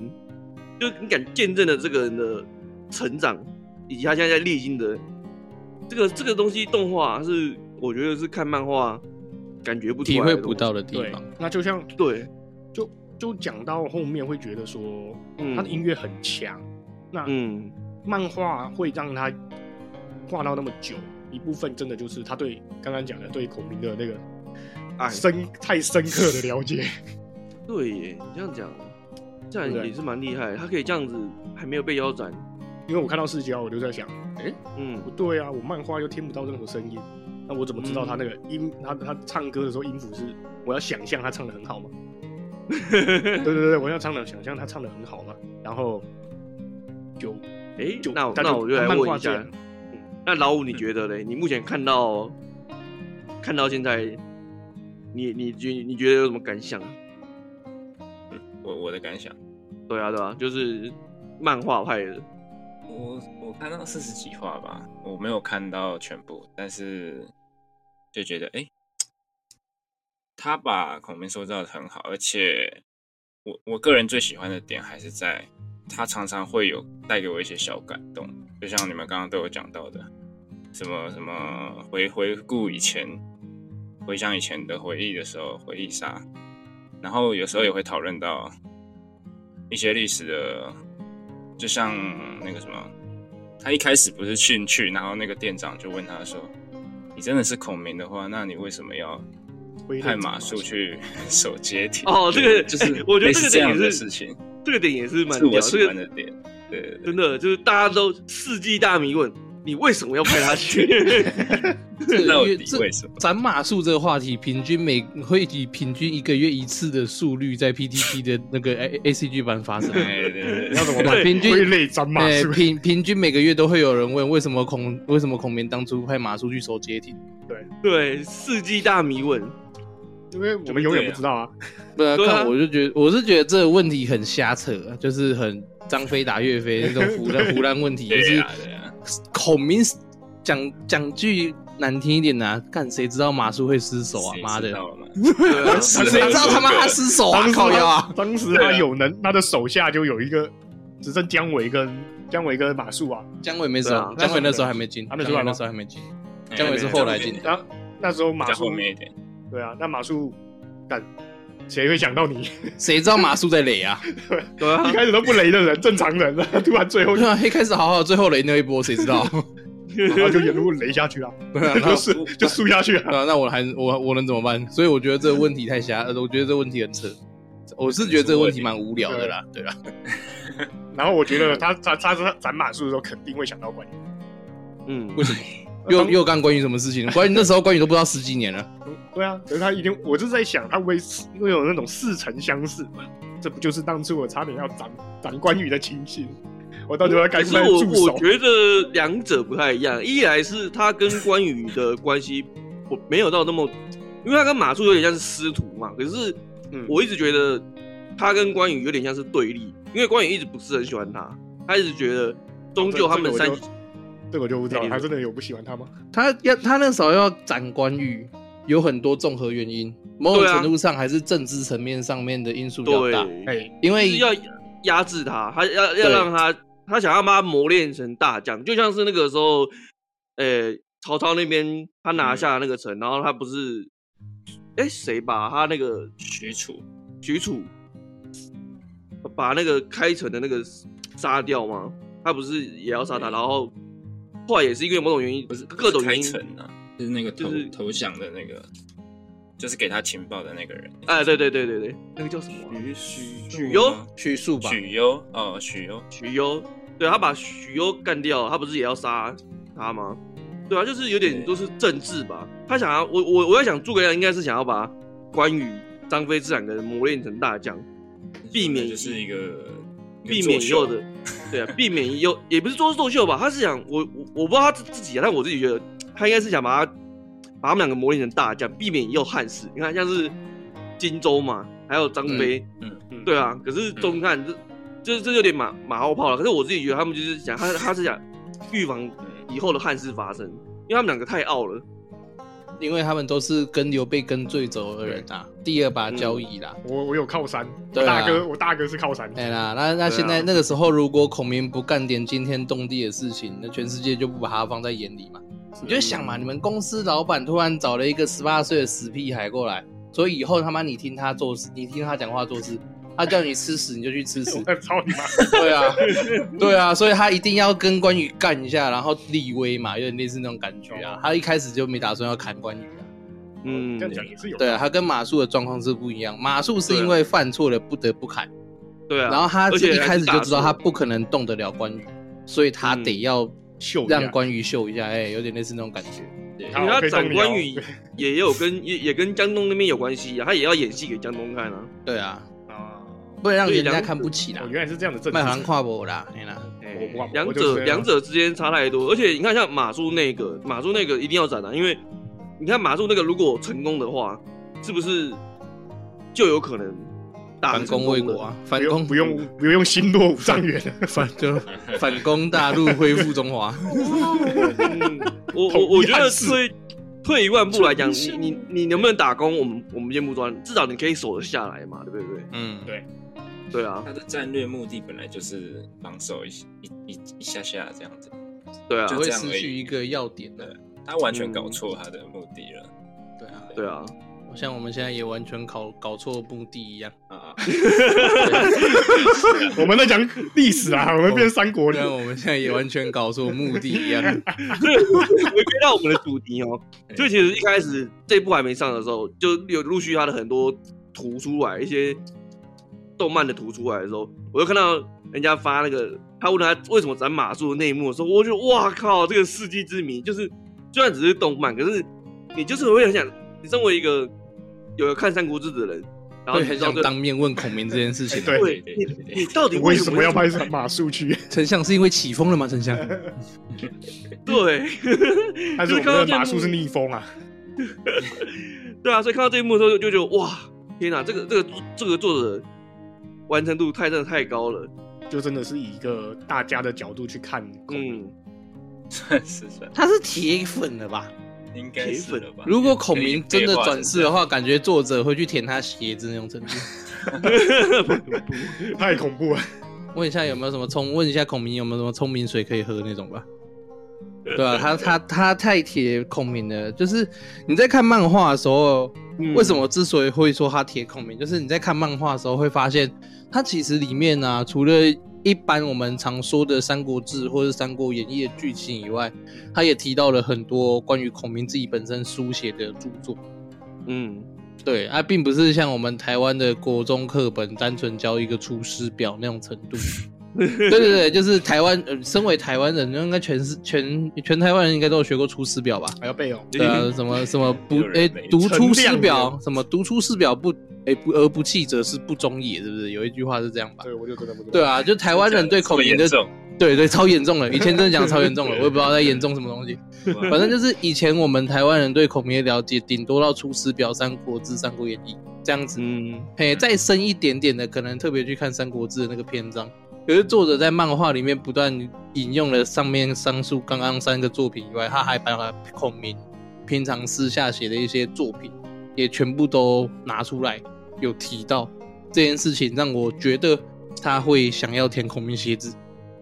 Speaker 1: 就你敢见证了这个人的成长，以及他现在在历经的这个这个东西，动画是我觉得是看漫画感觉不出来
Speaker 4: 体
Speaker 1: 的
Speaker 4: 会不到的地
Speaker 5: 对
Speaker 4: 方。，
Speaker 5: 那就像
Speaker 1: 东西。对，
Speaker 5: 就就讲到后面会觉得说，
Speaker 1: 嗯
Speaker 5: 它的音乐很强，那
Speaker 1: 嗯，
Speaker 5: 漫画会让他画到那么久，一部分真的就是他对刚刚讲的对孔明的那个
Speaker 1: 哎，
Speaker 5: 深太深刻的了解。
Speaker 1: 对耶，你这样讲，这
Speaker 5: 对不
Speaker 1: 样
Speaker 5: 对
Speaker 1: 也是蛮厉害的，他可以这样子还没有被腰斩，
Speaker 5: 因为我看到世交，我就在想，
Speaker 1: 嗯
Speaker 5: 不对啊，我漫画又听不到任何声音，那我怎么知道他那个音？他他唱歌的时候音符是我要想象他唱的 很好吗？对对对，我要唱的想象他唱的很好吗？然后就
Speaker 1: 哎、
Speaker 5: 就
Speaker 1: 那我
Speaker 5: 他
Speaker 1: 那我就来
Speaker 5: 漫
Speaker 1: 问
Speaker 5: 画
Speaker 1: 一下
Speaker 5: 界了，
Speaker 1: 嗯那老五你觉得嘞？你目前看到看到现在，你你觉你觉得有什么感想？啊
Speaker 2: 我我的感想，
Speaker 1: 对啊对啊，就是漫画派的，
Speaker 2: 我我看到四十几话吧，我没有看到全部，但是就觉得哎、诶他把孔明塑造的很好，而且我我个人最喜欢的点还是在他常常会有带给我一些小感动，就像你们刚刚都有讲到的，什么什么回回顾以前，回想以前的回忆的时候，回忆杀，然后有时候也会讨论到一些历史的，就像那个什么，他一开始不是进去，然后那个店长就问他说：“你真的是孔明的话，那你为什么要
Speaker 5: 挥泪
Speaker 2: 派
Speaker 5: 斩
Speaker 2: 马
Speaker 5: 谡
Speaker 2: 谡去 守街亭？”
Speaker 1: 哦这个
Speaker 2: 就
Speaker 1: 哎
Speaker 2: 是
Speaker 1: 我觉得
Speaker 2: 类
Speaker 1: 这个
Speaker 2: 似
Speaker 1: 点
Speaker 2: 样
Speaker 1: 也
Speaker 2: 的
Speaker 1: 是
Speaker 2: 事情，
Speaker 1: 这个点也是蛮
Speaker 2: 是我
Speaker 1: 屌，这
Speaker 2: 喜欢
Speaker 1: 个
Speaker 2: 的点。对对对
Speaker 1: 真的就是大家都世纪大迷问，你为什么要派他去？
Speaker 4: 这个
Speaker 2: 到
Speaker 4: 月
Speaker 2: 底
Speaker 4: 这
Speaker 2: 为什么
Speaker 4: 斩马谡这个话题，平均每会以平均一个月一次的速率，在 PTT 的那个 A A C G 版发生。
Speaker 2: 哎对 对
Speaker 5: 你
Speaker 2: 对，
Speaker 5: 要怎么办？
Speaker 1: 对
Speaker 4: 平均
Speaker 5: 挥泪斩马
Speaker 4: 哎，
Speaker 5: 谡，
Speaker 4: 平平均每个月都会有人问，为什么孔为什么孔明当初派马谡去守街亭？
Speaker 1: 对，世纪大迷问，
Speaker 5: 因为我们永远不知道啊。
Speaker 4: 不然
Speaker 1: 对啊
Speaker 4: 看我就觉得，我是觉得这个问题很瞎扯啊，就是很张飞打岳飞那种胡乱胡乱问题，就
Speaker 2: 对啊
Speaker 4: 是
Speaker 2: 呀对呀，
Speaker 4: 孔明讲讲句难听一点的、啊，干谁知道马谡会失手啊？
Speaker 2: 谁
Speaker 4: 妈
Speaker 2: 知
Speaker 4: 的，
Speaker 2: 道嘛
Speaker 1: 对啊，
Speaker 2: 是
Speaker 4: 谁知道他妈他失手
Speaker 1: 哦
Speaker 4: 啊？
Speaker 5: 当时
Speaker 4: 靠腰啊！
Speaker 5: 他！当时他有能，他的手下就有一个，只剩姜维跟姜维跟马谡啊。
Speaker 4: 姜伟没
Speaker 1: 对啊
Speaker 4: 走，姜伟那时候还没进，
Speaker 5: 他
Speaker 4: 姜
Speaker 5: 没
Speaker 4: 伟
Speaker 5: 出来吗
Speaker 4: 那时候还没进。
Speaker 2: 哎
Speaker 4: 姜维是后来进的
Speaker 5: 然后那时候马
Speaker 2: 在后面一
Speaker 5: 谡，
Speaker 2: 点，
Speaker 5: 对啊，那马谡敢，谁会想到你？
Speaker 4: 谁知道马谡在垒啊？
Speaker 1: 对啊
Speaker 5: 一，开始都不雷的人，正常人啊，突 然最后
Speaker 4: 对啊，一开始好好，最后垒那一波，谁知道？
Speaker 5: 然后就一路雷下去了，
Speaker 4: 对啊，然
Speaker 5: 就
Speaker 4: 后
Speaker 5: 是就输下去
Speaker 4: 对
Speaker 5: 了。
Speaker 4: 啊，那我还我我能怎么办？所以我觉得这个问题太瞎，呃我觉得这个问题很扯。我是觉得这个问题蛮无聊的啦，对啊，
Speaker 5: 然后我觉得他他他他斩马谡的时候，肯定会想到关羽。
Speaker 1: 嗯，
Speaker 4: 为什么？又又干关羽什么事情？关羽那时候关羽都不知道十几年了，
Speaker 5: 对啊，可是他一定，我就在想，他会因为有那种似曾相识嘛？这不就是当初我差点要斩斩关羽的情形？我到底要该
Speaker 1: 可
Speaker 5: 不
Speaker 1: 是
Speaker 5: 该驻
Speaker 1: 我
Speaker 5: 守
Speaker 1: 我？觉得两者不太一样，一来是他跟关羽的关系，我没有到那么，因为他跟马谡有点像是师徒嘛。可是
Speaker 5: 嗯
Speaker 1: 我一直觉得他跟关羽有点像是对立，因为关羽一直不是很喜欢他，他一直觉得终究他们三
Speaker 5: 哦这个我就这个我就不知道了，
Speaker 1: 哎
Speaker 5: 他真的有不喜欢他吗？
Speaker 4: 他要他那时候要斩关羽，有很多综合原因，某种
Speaker 1: 对啊
Speaker 4: 程度上还是政治层面上面的因素比较大，
Speaker 1: 对，
Speaker 5: 哎，
Speaker 4: 因为
Speaker 1: 就是要压制他，他要要
Speaker 4: 对
Speaker 1: 让他他想要把他磨练成大将，就像是那个时候，呃，曹操那边他
Speaker 5: 嗯
Speaker 1: 拿下那个城，然后他不是。哎，谁把他那个
Speaker 2: 许褚
Speaker 1: 许褚把那个开城的那个杀掉吗？他不是也要杀他？
Speaker 2: 对
Speaker 1: 然后后来也是因为某种原因，
Speaker 2: 不是
Speaker 1: 各种
Speaker 2: 开
Speaker 1: 原因
Speaker 2: 城，啊，就是那个投
Speaker 1: 就是
Speaker 2: 投降的那个，就是给他情报的那个人，
Speaker 1: 哎，对对对对对，那个叫什么啊、
Speaker 2: 许
Speaker 1: 许攸
Speaker 4: 叙述吧，
Speaker 2: 许攸哦，许攸，
Speaker 1: 许攸，对他把许攸干掉，他不是也要杀他吗？对啊，就是有点
Speaker 2: 对
Speaker 1: 都是政治吧。他想要我我我在想，诸葛亮应该是想要把关羽、张飞这两个人磨练成大将，避免
Speaker 2: 就是一个
Speaker 1: 避免以后的，对啊，避免以后也不是说是作秀吧，他是想我我我不知道他自自己啊，但我自己觉得他应该是想把他把他们两个磨练成大将，避免以后汉室。你看像是荆州嘛，还有张飞，
Speaker 5: 嗯
Speaker 1: 对，啊，可是中看这这这有点马马后炮了。可是我自己觉得他们就是想他他是想预防以后的汉室发生，因为他们两个太傲了。
Speaker 4: 因为他们都是跟刘备跟最走的人啊，第二把交椅啦。
Speaker 5: 我我有靠山，我
Speaker 4: 对啊
Speaker 5: 大哥我大哥是靠山，
Speaker 4: 哎啦，那那
Speaker 1: 对啊
Speaker 4: 现在那个时候，如果孔明不干点惊天动地的事情，那全世界就不把他放在眼里嘛。你就想嘛，你们公司老板突然找了一个十八岁的死屁孩过来，所以以后他妈你听他做事，你听他讲话做事，他叫你吃屎你就去吃 屎，
Speaker 5: 我操你妈！
Speaker 4: 对啊， 对啊，所以他一定要跟关羽干一下，然后立威嘛，有点类似那种感觉啊
Speaker 5: 哦。
Speaker 4: 他一开始就没打算要砍关羽啊，
Speaker 1: 嗯
Speaker 5: 这，样讲也是有
Speaker 4: 对啊，他跟马谡的状况是不一样，马谡是因
Speaker 1: 对
Speaker 4: 为犯错了不得不砍。
Speaker 1: 对啊。
Speaker 4: 然后
Speaker 1: 而
Speaker 4: 他是
Speaker 1: 且
Speaker 4: 一开始就知道
Speaker 1: 还
Speaker 4: 他
Speaker 1: 是打
Speaker 4: 不可能动得了关羽，所以他得要
Speaker 5: 秀一下
Speaker 4: 让关羽秀一下，哎，有点类似那种感觉。
Speaker 5: 好
Speaker 1: 因为
Speaker 5: 可
Speaker 1: 他
Speaker 5: 以动
Speaker 1: 斩
Speaker 5: 你
Speaker 1: 关
Speaker 5: 哦
Speaker 1: 羽也有跟也也跟江东那边有关系啊，他也要演戏给江东看啊。
Speaker 4: 对啊，
Speaker 5: 啊，
Speaker 4: 不能让
Speaker 1: 所以
Speaker 4: 人家
Speaker 1: 梁
Speaker 4: 看不起啦
Speaker 5: 哦，原来是这样的政治
Speaker 4: 麦行跨博啦，哎啦，
Speaker 5: 我不管
Speaker 1: 两
Speaker 5: 我就是
Speaker 1: 者两者之间差太多，而且你看像马谡那个，马谡那个一定要斩啊，因为你看马谡那个如果成功的话，是不是就有可能打
Speaker 4: 反
Speaker 1: 得成
Speaker 4: 攻
Speaker 1: 功
Speaker 4: 魏
Speaker 1: 的
Speaker 4: 国？啊，
Speaker 5: 不
Speaker 4: 反
Speaker 5: 用
Speaker 4: 攻
Speaker 5: 不用不用心落五丈原，
Speaker 4: 反 就反攻大陆，恢复中华。
Speaker 1: 嗯我
Speaker 5: 统
Speaker 1: 我
Speaker 5: 一
Speaker 1: 我觉
Speaker 5: 汉
Speaker 1: 得
Speaker 5: 室
Speaker 1: 退退一万步来讲，
Speaker 5: 统一
Speaker 1: 你你你能不能打工，我们我们先不专，至少你可以守得下来嘛，对不对？
Speaker 4: 嗯，
Speaker 5: 对
Speaker 1: 对啊，
Speaker 2: 他的战略目的本来就是防守一一一一下下这样子，
Speaker 1: 对啊
Speaker 4: 只，
Speaker 2: 就
Speaker 4: 会
Speaker 2: 这样
Speaker 4: 失
Speaker 2: 而已
Speaker 4: 去一个要点的。
Speaker 2: 他完全搞错他的目的了
Speaker 4: 对啊，
Speaker 1: 对啊，
Speaker 4: 像我们现在也完全搞搞错目的一样。
Speaker 2: 啊！
Speaker 5: 我们在讲历史啊，我们变三国
Speaker 4: 像
Speaker 5: 人，
Speaker 4: 我们现在也完全搞错目的一样。
Speaker 1: 所以回归到我们的主题哦，就其实一开始这部还没上的时候，就有陆续它的很多图出来，一些动漫的图出来的时候，我就看到人家哎发那个，他问他为什么斩马谡的内幕的时候，我就哎哇靠，这个世纪之谜，就是虽然只是动漫，可是你就是会很想，你身为一个有看《三国志》的人，然后
Speaker 4: 会
Speaker 1: 你
Speaker 4: 很
Speaker 1: 知道
Speaker 4: 想
Speaker 1: 这
Speaker 4: 当面问孔明这件事情啊。
Speaker 5: 对
Speaker 1: 对
Speaker 2: 对
Speaker 1: 你
Speaker 2: 对对对
Speaker 1: 你到底
Speaker 5: 为
Speaker 1: 什
Speaker 5: 什么要
Speaker 1: 拍？
Speaker 5: 派马谡去？
Speaker 4: 丞相是因为起风了吗？丞相，
Speaker 1: 对，
Speaker 5: 但
Speaker 1: 就是
Speaker 5: 是我们
Speaker 1: 看到
Speaker 5: 的
Speaker 1: 这一
Speaker 5: 马
Speaker 1: 幕
Speaker 5: 谡是逆风啊，
Speaker 1: 对啊，所以看到这一幕的时候就就觉得哇，天哪，这个这个这个作者完成度太真的太高了，
Speaker 5: 就真的是以一个大家的角度去看孔明，
Speaker 1: 嗯，
Speaker 2: 算是算
Speaker 4: 他是铁粉了吧？
Speaker 2: 应该是了吧？
Speaker 4: 如果孔明真的转世的话，感觉作者会去舔他鞋子那种程度。
Speaker 5: 太 恐怖了。
Speaker 4: 问一下有没有什么聪？问一下孔明有没有什么聪明水可以喝那种吧？对啊，他他他太铁孔明了。就是你在看漫画的时候，
Speaker 1: 嗯
Speaker 4: 为什么之所以会说他铁孔明，就是你在看漫画的时候会发现，它其实里面呢、除了一般我们常说的《三国志》或者《三国演义》的剧情以外，他也提到了很多关于孔明自己本身书写的著作。
Speaker 1: 嗯，
Speaker 4: 对啊，并不是像我们台湾的国中课本单纯教一个《出师表》那种程度。对对对，就是台湾，呃，身为台湾人，应该全是全全台湾人应该都有学过《出师表》吧？
Speaker 5: 还要背哦，
Speaker 4: 对啊， 什么什么不
Speaker 2: 有人
Speaker 4: 哎，
Speaker 2: 没
Speaker 4: 读出师
Speaker 5: 陈亮
Speaker 4: 表，什么读出师表不哎不而不弃者是不忠也，是不是？有一句话是这样吧？
Speaker 5: 对，我就真的不知道。
Speaker 4: 对，啊，就台湾人对孔明的
Speaker 2: 这种，
Speaker 4: 对对超严重了，以前真的讲超严重了，我也不知道在严重什么东西。反正就是以前我们台湾人对孔明的了解，顶多到《出师表》《三国志》《三国演义》这样子。
Speaker 1: 嗯，
Speaker 4: 嘿，再深一点点的，可能特别去看《三国志》的那个篇章。可是作者在漫画里面不断引用了上面上述刚刚三个作品以外，他还把孔明平常私下写的一些作品也全部都拿出来有提到这件事情，让我觉得他会想要舔孔明鞋子，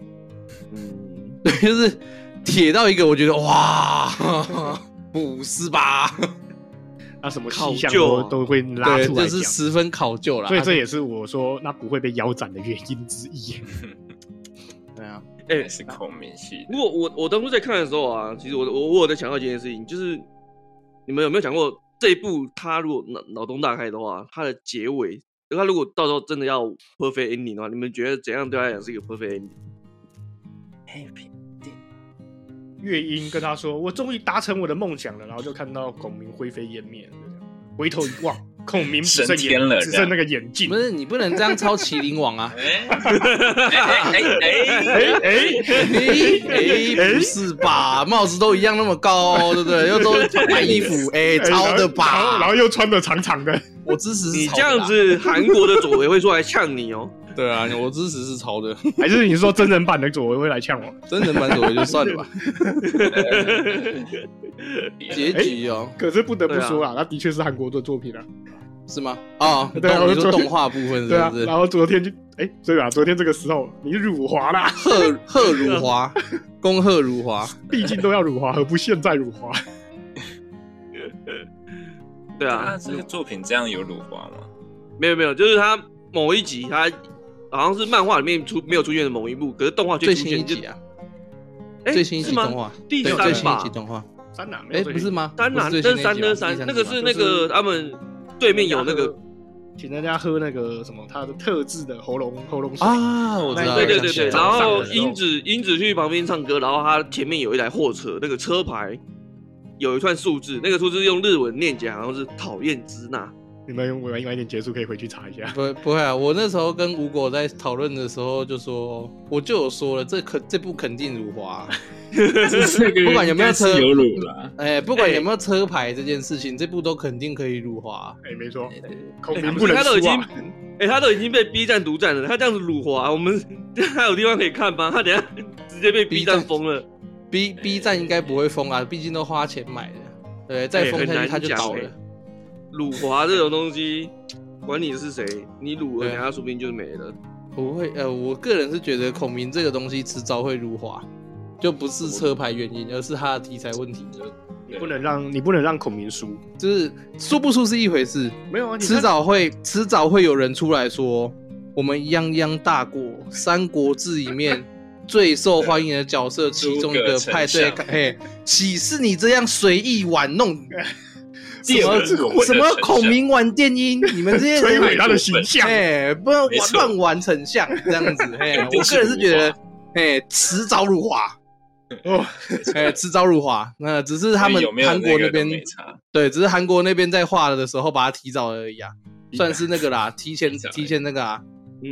Speaker 1: 嗯，
Speaker 4: 对，就是铁到一个我觉得哇，不是吧？
Speaker 5: 那什么
Speaker 1: 考
Speaker 5: 气象
Speaker 1: 究啊
Speaker 5: 都都会拉
Speaker 4: 对，
Speaker 5: 出来
Speaker 4: 这
Speaker 5: 讲
Speaker 4: 是，十分考究了。
Speaker 5: 所以这
Speaker 4: 啊
Speaker 5: 也是我说那不会被腰斩的原因之一。
Speaker 4: 对啊，
Speaker 1: 哎、
Speaker 2: 也是孔明系
Speaker 1: 不过我我当初在看的时候啊，其实我我我有在想到这件事情，就是你们有没有想过这一部他如果脑脑洞大开的话，它的结尾，他如果到时候真的要 perfect ending 的话，你们觉得怎样对他来讲是一个 perfect ending？
Speaker 2: happy，
Speaker 5: 乐音跟他说：“我终于达成我的梦想了。”然后就看到孔明灰飞烟灭，就这样回头一望，孔明只剩
Speaker 2: 升天
Speaker 5: 眼
Speaker 2: 了
Speaker 5: 只
Speaker 2: 这样
Speaker 5: 剩那个眼镜
Speaker 4: 不。是你不能这样抄《麒麟王》啊！
Speaker 2: 哎哎哎
Speaker 5: 哎
Speaker 2: 哎，
Speaker 5: 哎，
Speaker 4: 诶诶，哎不是吧？帽子都一样那么高、对不对？又都买衣服，诶，
Speaker 5: 哎
Speaker 4: 抄的
Speaker 5: 然后然后然
Speaker 4: 吧？
Speaker 5: 后又穿的长 长的，
Speaker 4: 我支持是
Speaker 1: 你
Speaker 4: 抄
Speaker 1: 这
Speaker 4: 的啦啊
Speaker 1: 样，子，韩国的左维会出来呛你哦。
Speaker 4: 对啊，我支持是抄的，
Speaker 5: 还是你说真人版的左为会来呛我？
Speaker 4: 真人版左为就算了吧。结局哦，
Speaker 5: 可是不得不说啊，那的确是韩国的作品啊。
Speaker 4: 是吗？哦，
Speaker 5: 对啊
Speaker 4: 动
Speaker 5: 我
Speaker 4: 你
Speaker 5: 就
Speaker 4: 说
Speaker 5: 昨
Speaker 4: 动画部分
Speaker 5: 对
Speaker 4: 是
Speaker 5: 啊
Speaker 4: 不，是
Speaker 5: 然？后昨天就哎，对啊，昨天这个时候你辱华啦，
Speaker 4: 贺贺如华，恭贺如华，
Speaker 5: 毕竟都要辱华，何不现在辱华？
Speaker 1: 对
Speaker 2: 他
Speaker 1: 啊，
Speaker 2: 这个作品这样有辱华吗？
Speaker 1: 没有没有，就是他某一集他好像是漫画里面出没有出现的某一部，可是动画却
Speaker 4: 最
Speaker 1: 出
Speaker 4: 新
Speaker 1: 现
Speaker 4: 一集啊，
Speaker 1: 哎
Speaker 4: 最新一集
Speaker 1: 是吗
Speaker 4: 动画，
Speaker 1: 第
Speaker 4: 对
Speaker 1: 三
Speaker 4: 最新一
Speaker 1: 吧
Speaker 4: 集动画，
Speaker 5: 三哪没
Speaker 4: 哎，
Speaker 5: 有最
Speaker 4: 不
Speaker 5: 近？
Speaker 4: 是吗？
Speaker 1: 当然，
Speaker 4: 不
Speaker 1: 那
Speaker 4: 是最
Speaker 1: 是
Speaker 4: 新
Speaker 1: 三
Speaker 4: 一集
Speaker 1: 那
Speaker 4: 吗
Speaker 1: 是三，那
Speaker 4: 第
Speaker 1: 个
Speaker 4: 集
Speaker 1: 是
Speaker 4: 吗
Speaker 1: 那个他们对面有那
Speaker 5: 人家
Speaker 1: 个
Speaker 5: 喝，请人家喝那个什么他的特制的喉咙喉咙水
Speaker 4: 啊，我知道，
Speaker 1: 对对对
Speaker 4: 我
Speaker 1: 对，
Speaker 4: 想起来
Speaker 1: 然
Speaker 4: 了
Speaker 1: 后
Speaker 5: 上的时候
Speaker 1: 英子英子去旁边唱歌，然后他前面有一台货车，那个车牌有一串数字，那个数字用日文念起来好像是讨厌支那，
Speaker 5: 你们晚晚一点结束可以回去查一下。
Speaker 4: 不不会啊！我那时候跟吴果在讨论的时候就说，我就有说了，这肯这部肯定辱华、 不管有没有车
Speaker 2: 有辱啦，
Speaker 4: 哎、不管有没有车牌这件事情，这部都肯定可以辱华、
Speaker 5: 哎，没错，孔
Speaker 1: 哎
Speaker 5: 明
Speaker 1: 不
Speaker 5: 不
Speaker 1: 是
Speaker 5: 能
Speaker 1: 他都已
Speaker 5: 输
Speaker 1: 经
Speaker 5: 啊！
Speaker 1: 哎、他都已经被 B 站独占了，他这样子辱华，我们他有地方可以看吗？他等下直接被 B 站封了，
Speaker 4: B B 站应该不会封啊，毕竟都花钱买的，对，再封
Speaker 1: 哎很
Speaker 4: 下
Speaker 1: 难
Speaker 4: 去它就
Speaker 1: 讲
Speaker 4: 倒
Speaker 1: 哎
Speaker 4: 了。
Speaker 1: 辱华这种东西，管你是谁，你辱了，
Speaker 4: 对
Speaker 1: 人家说不定就没了。
Speaker 4: 不会，呃，我个人是觉得孔明这个东西迟早会辱华，就不是车牌原因，而是它的题材问题，
Speaker 5: 你不能让你不能让孔明输。
Speaker 4: 就是输不输是一回事，
Speaker 5: 没
Speaker 2: 哦
Speaker 5: 有啊，你看
Speaker 4: 迟早会，迟早会有人出来说，我们泱泱大国《三国志》里面最受欢迎的角色其中一个派对
Speaker 2: 诸葛丞相，
Speaker 4: 嘿，岂是你这样随意 玩弄？什么
Speaker 2: 诸葛丞相
Speaker 4: 什么孔明玩电音？你们这 些
Speaker 5: 摧毁
Speaker 4: 人，
Speaker 5: 他的形象。
Speaker 4: 哎，不要
Speaker 2: 没
Speaker 4: 玩
Speaker 2: 错
Speaker 4: 乱玩丞相这样子，哎，
Speaker 2: 肯定
Speaker 4: 我
Speaker 2: 是
Speaker 4: 个人是觉
Speaker 2: 辱
Speaker 4: 得，哎，迟早辱华，
Speaker 5: 哦，
Speaker 4: 哎，迟早辱华。那只是他们
Speaker 2: 有没有
Speaker 4: 韩国
Speaker 2: 那
Speaker 4: 那
Speaker 2: 个都
Speaker 4: 边
Speaker 2: 没差
Speaker 4: 对，只是韩国那边在画的时候把它提早了而已啊，算是那个啦，提前
Speaker 2: 提早而已
Speaker 4: 提前那个啊，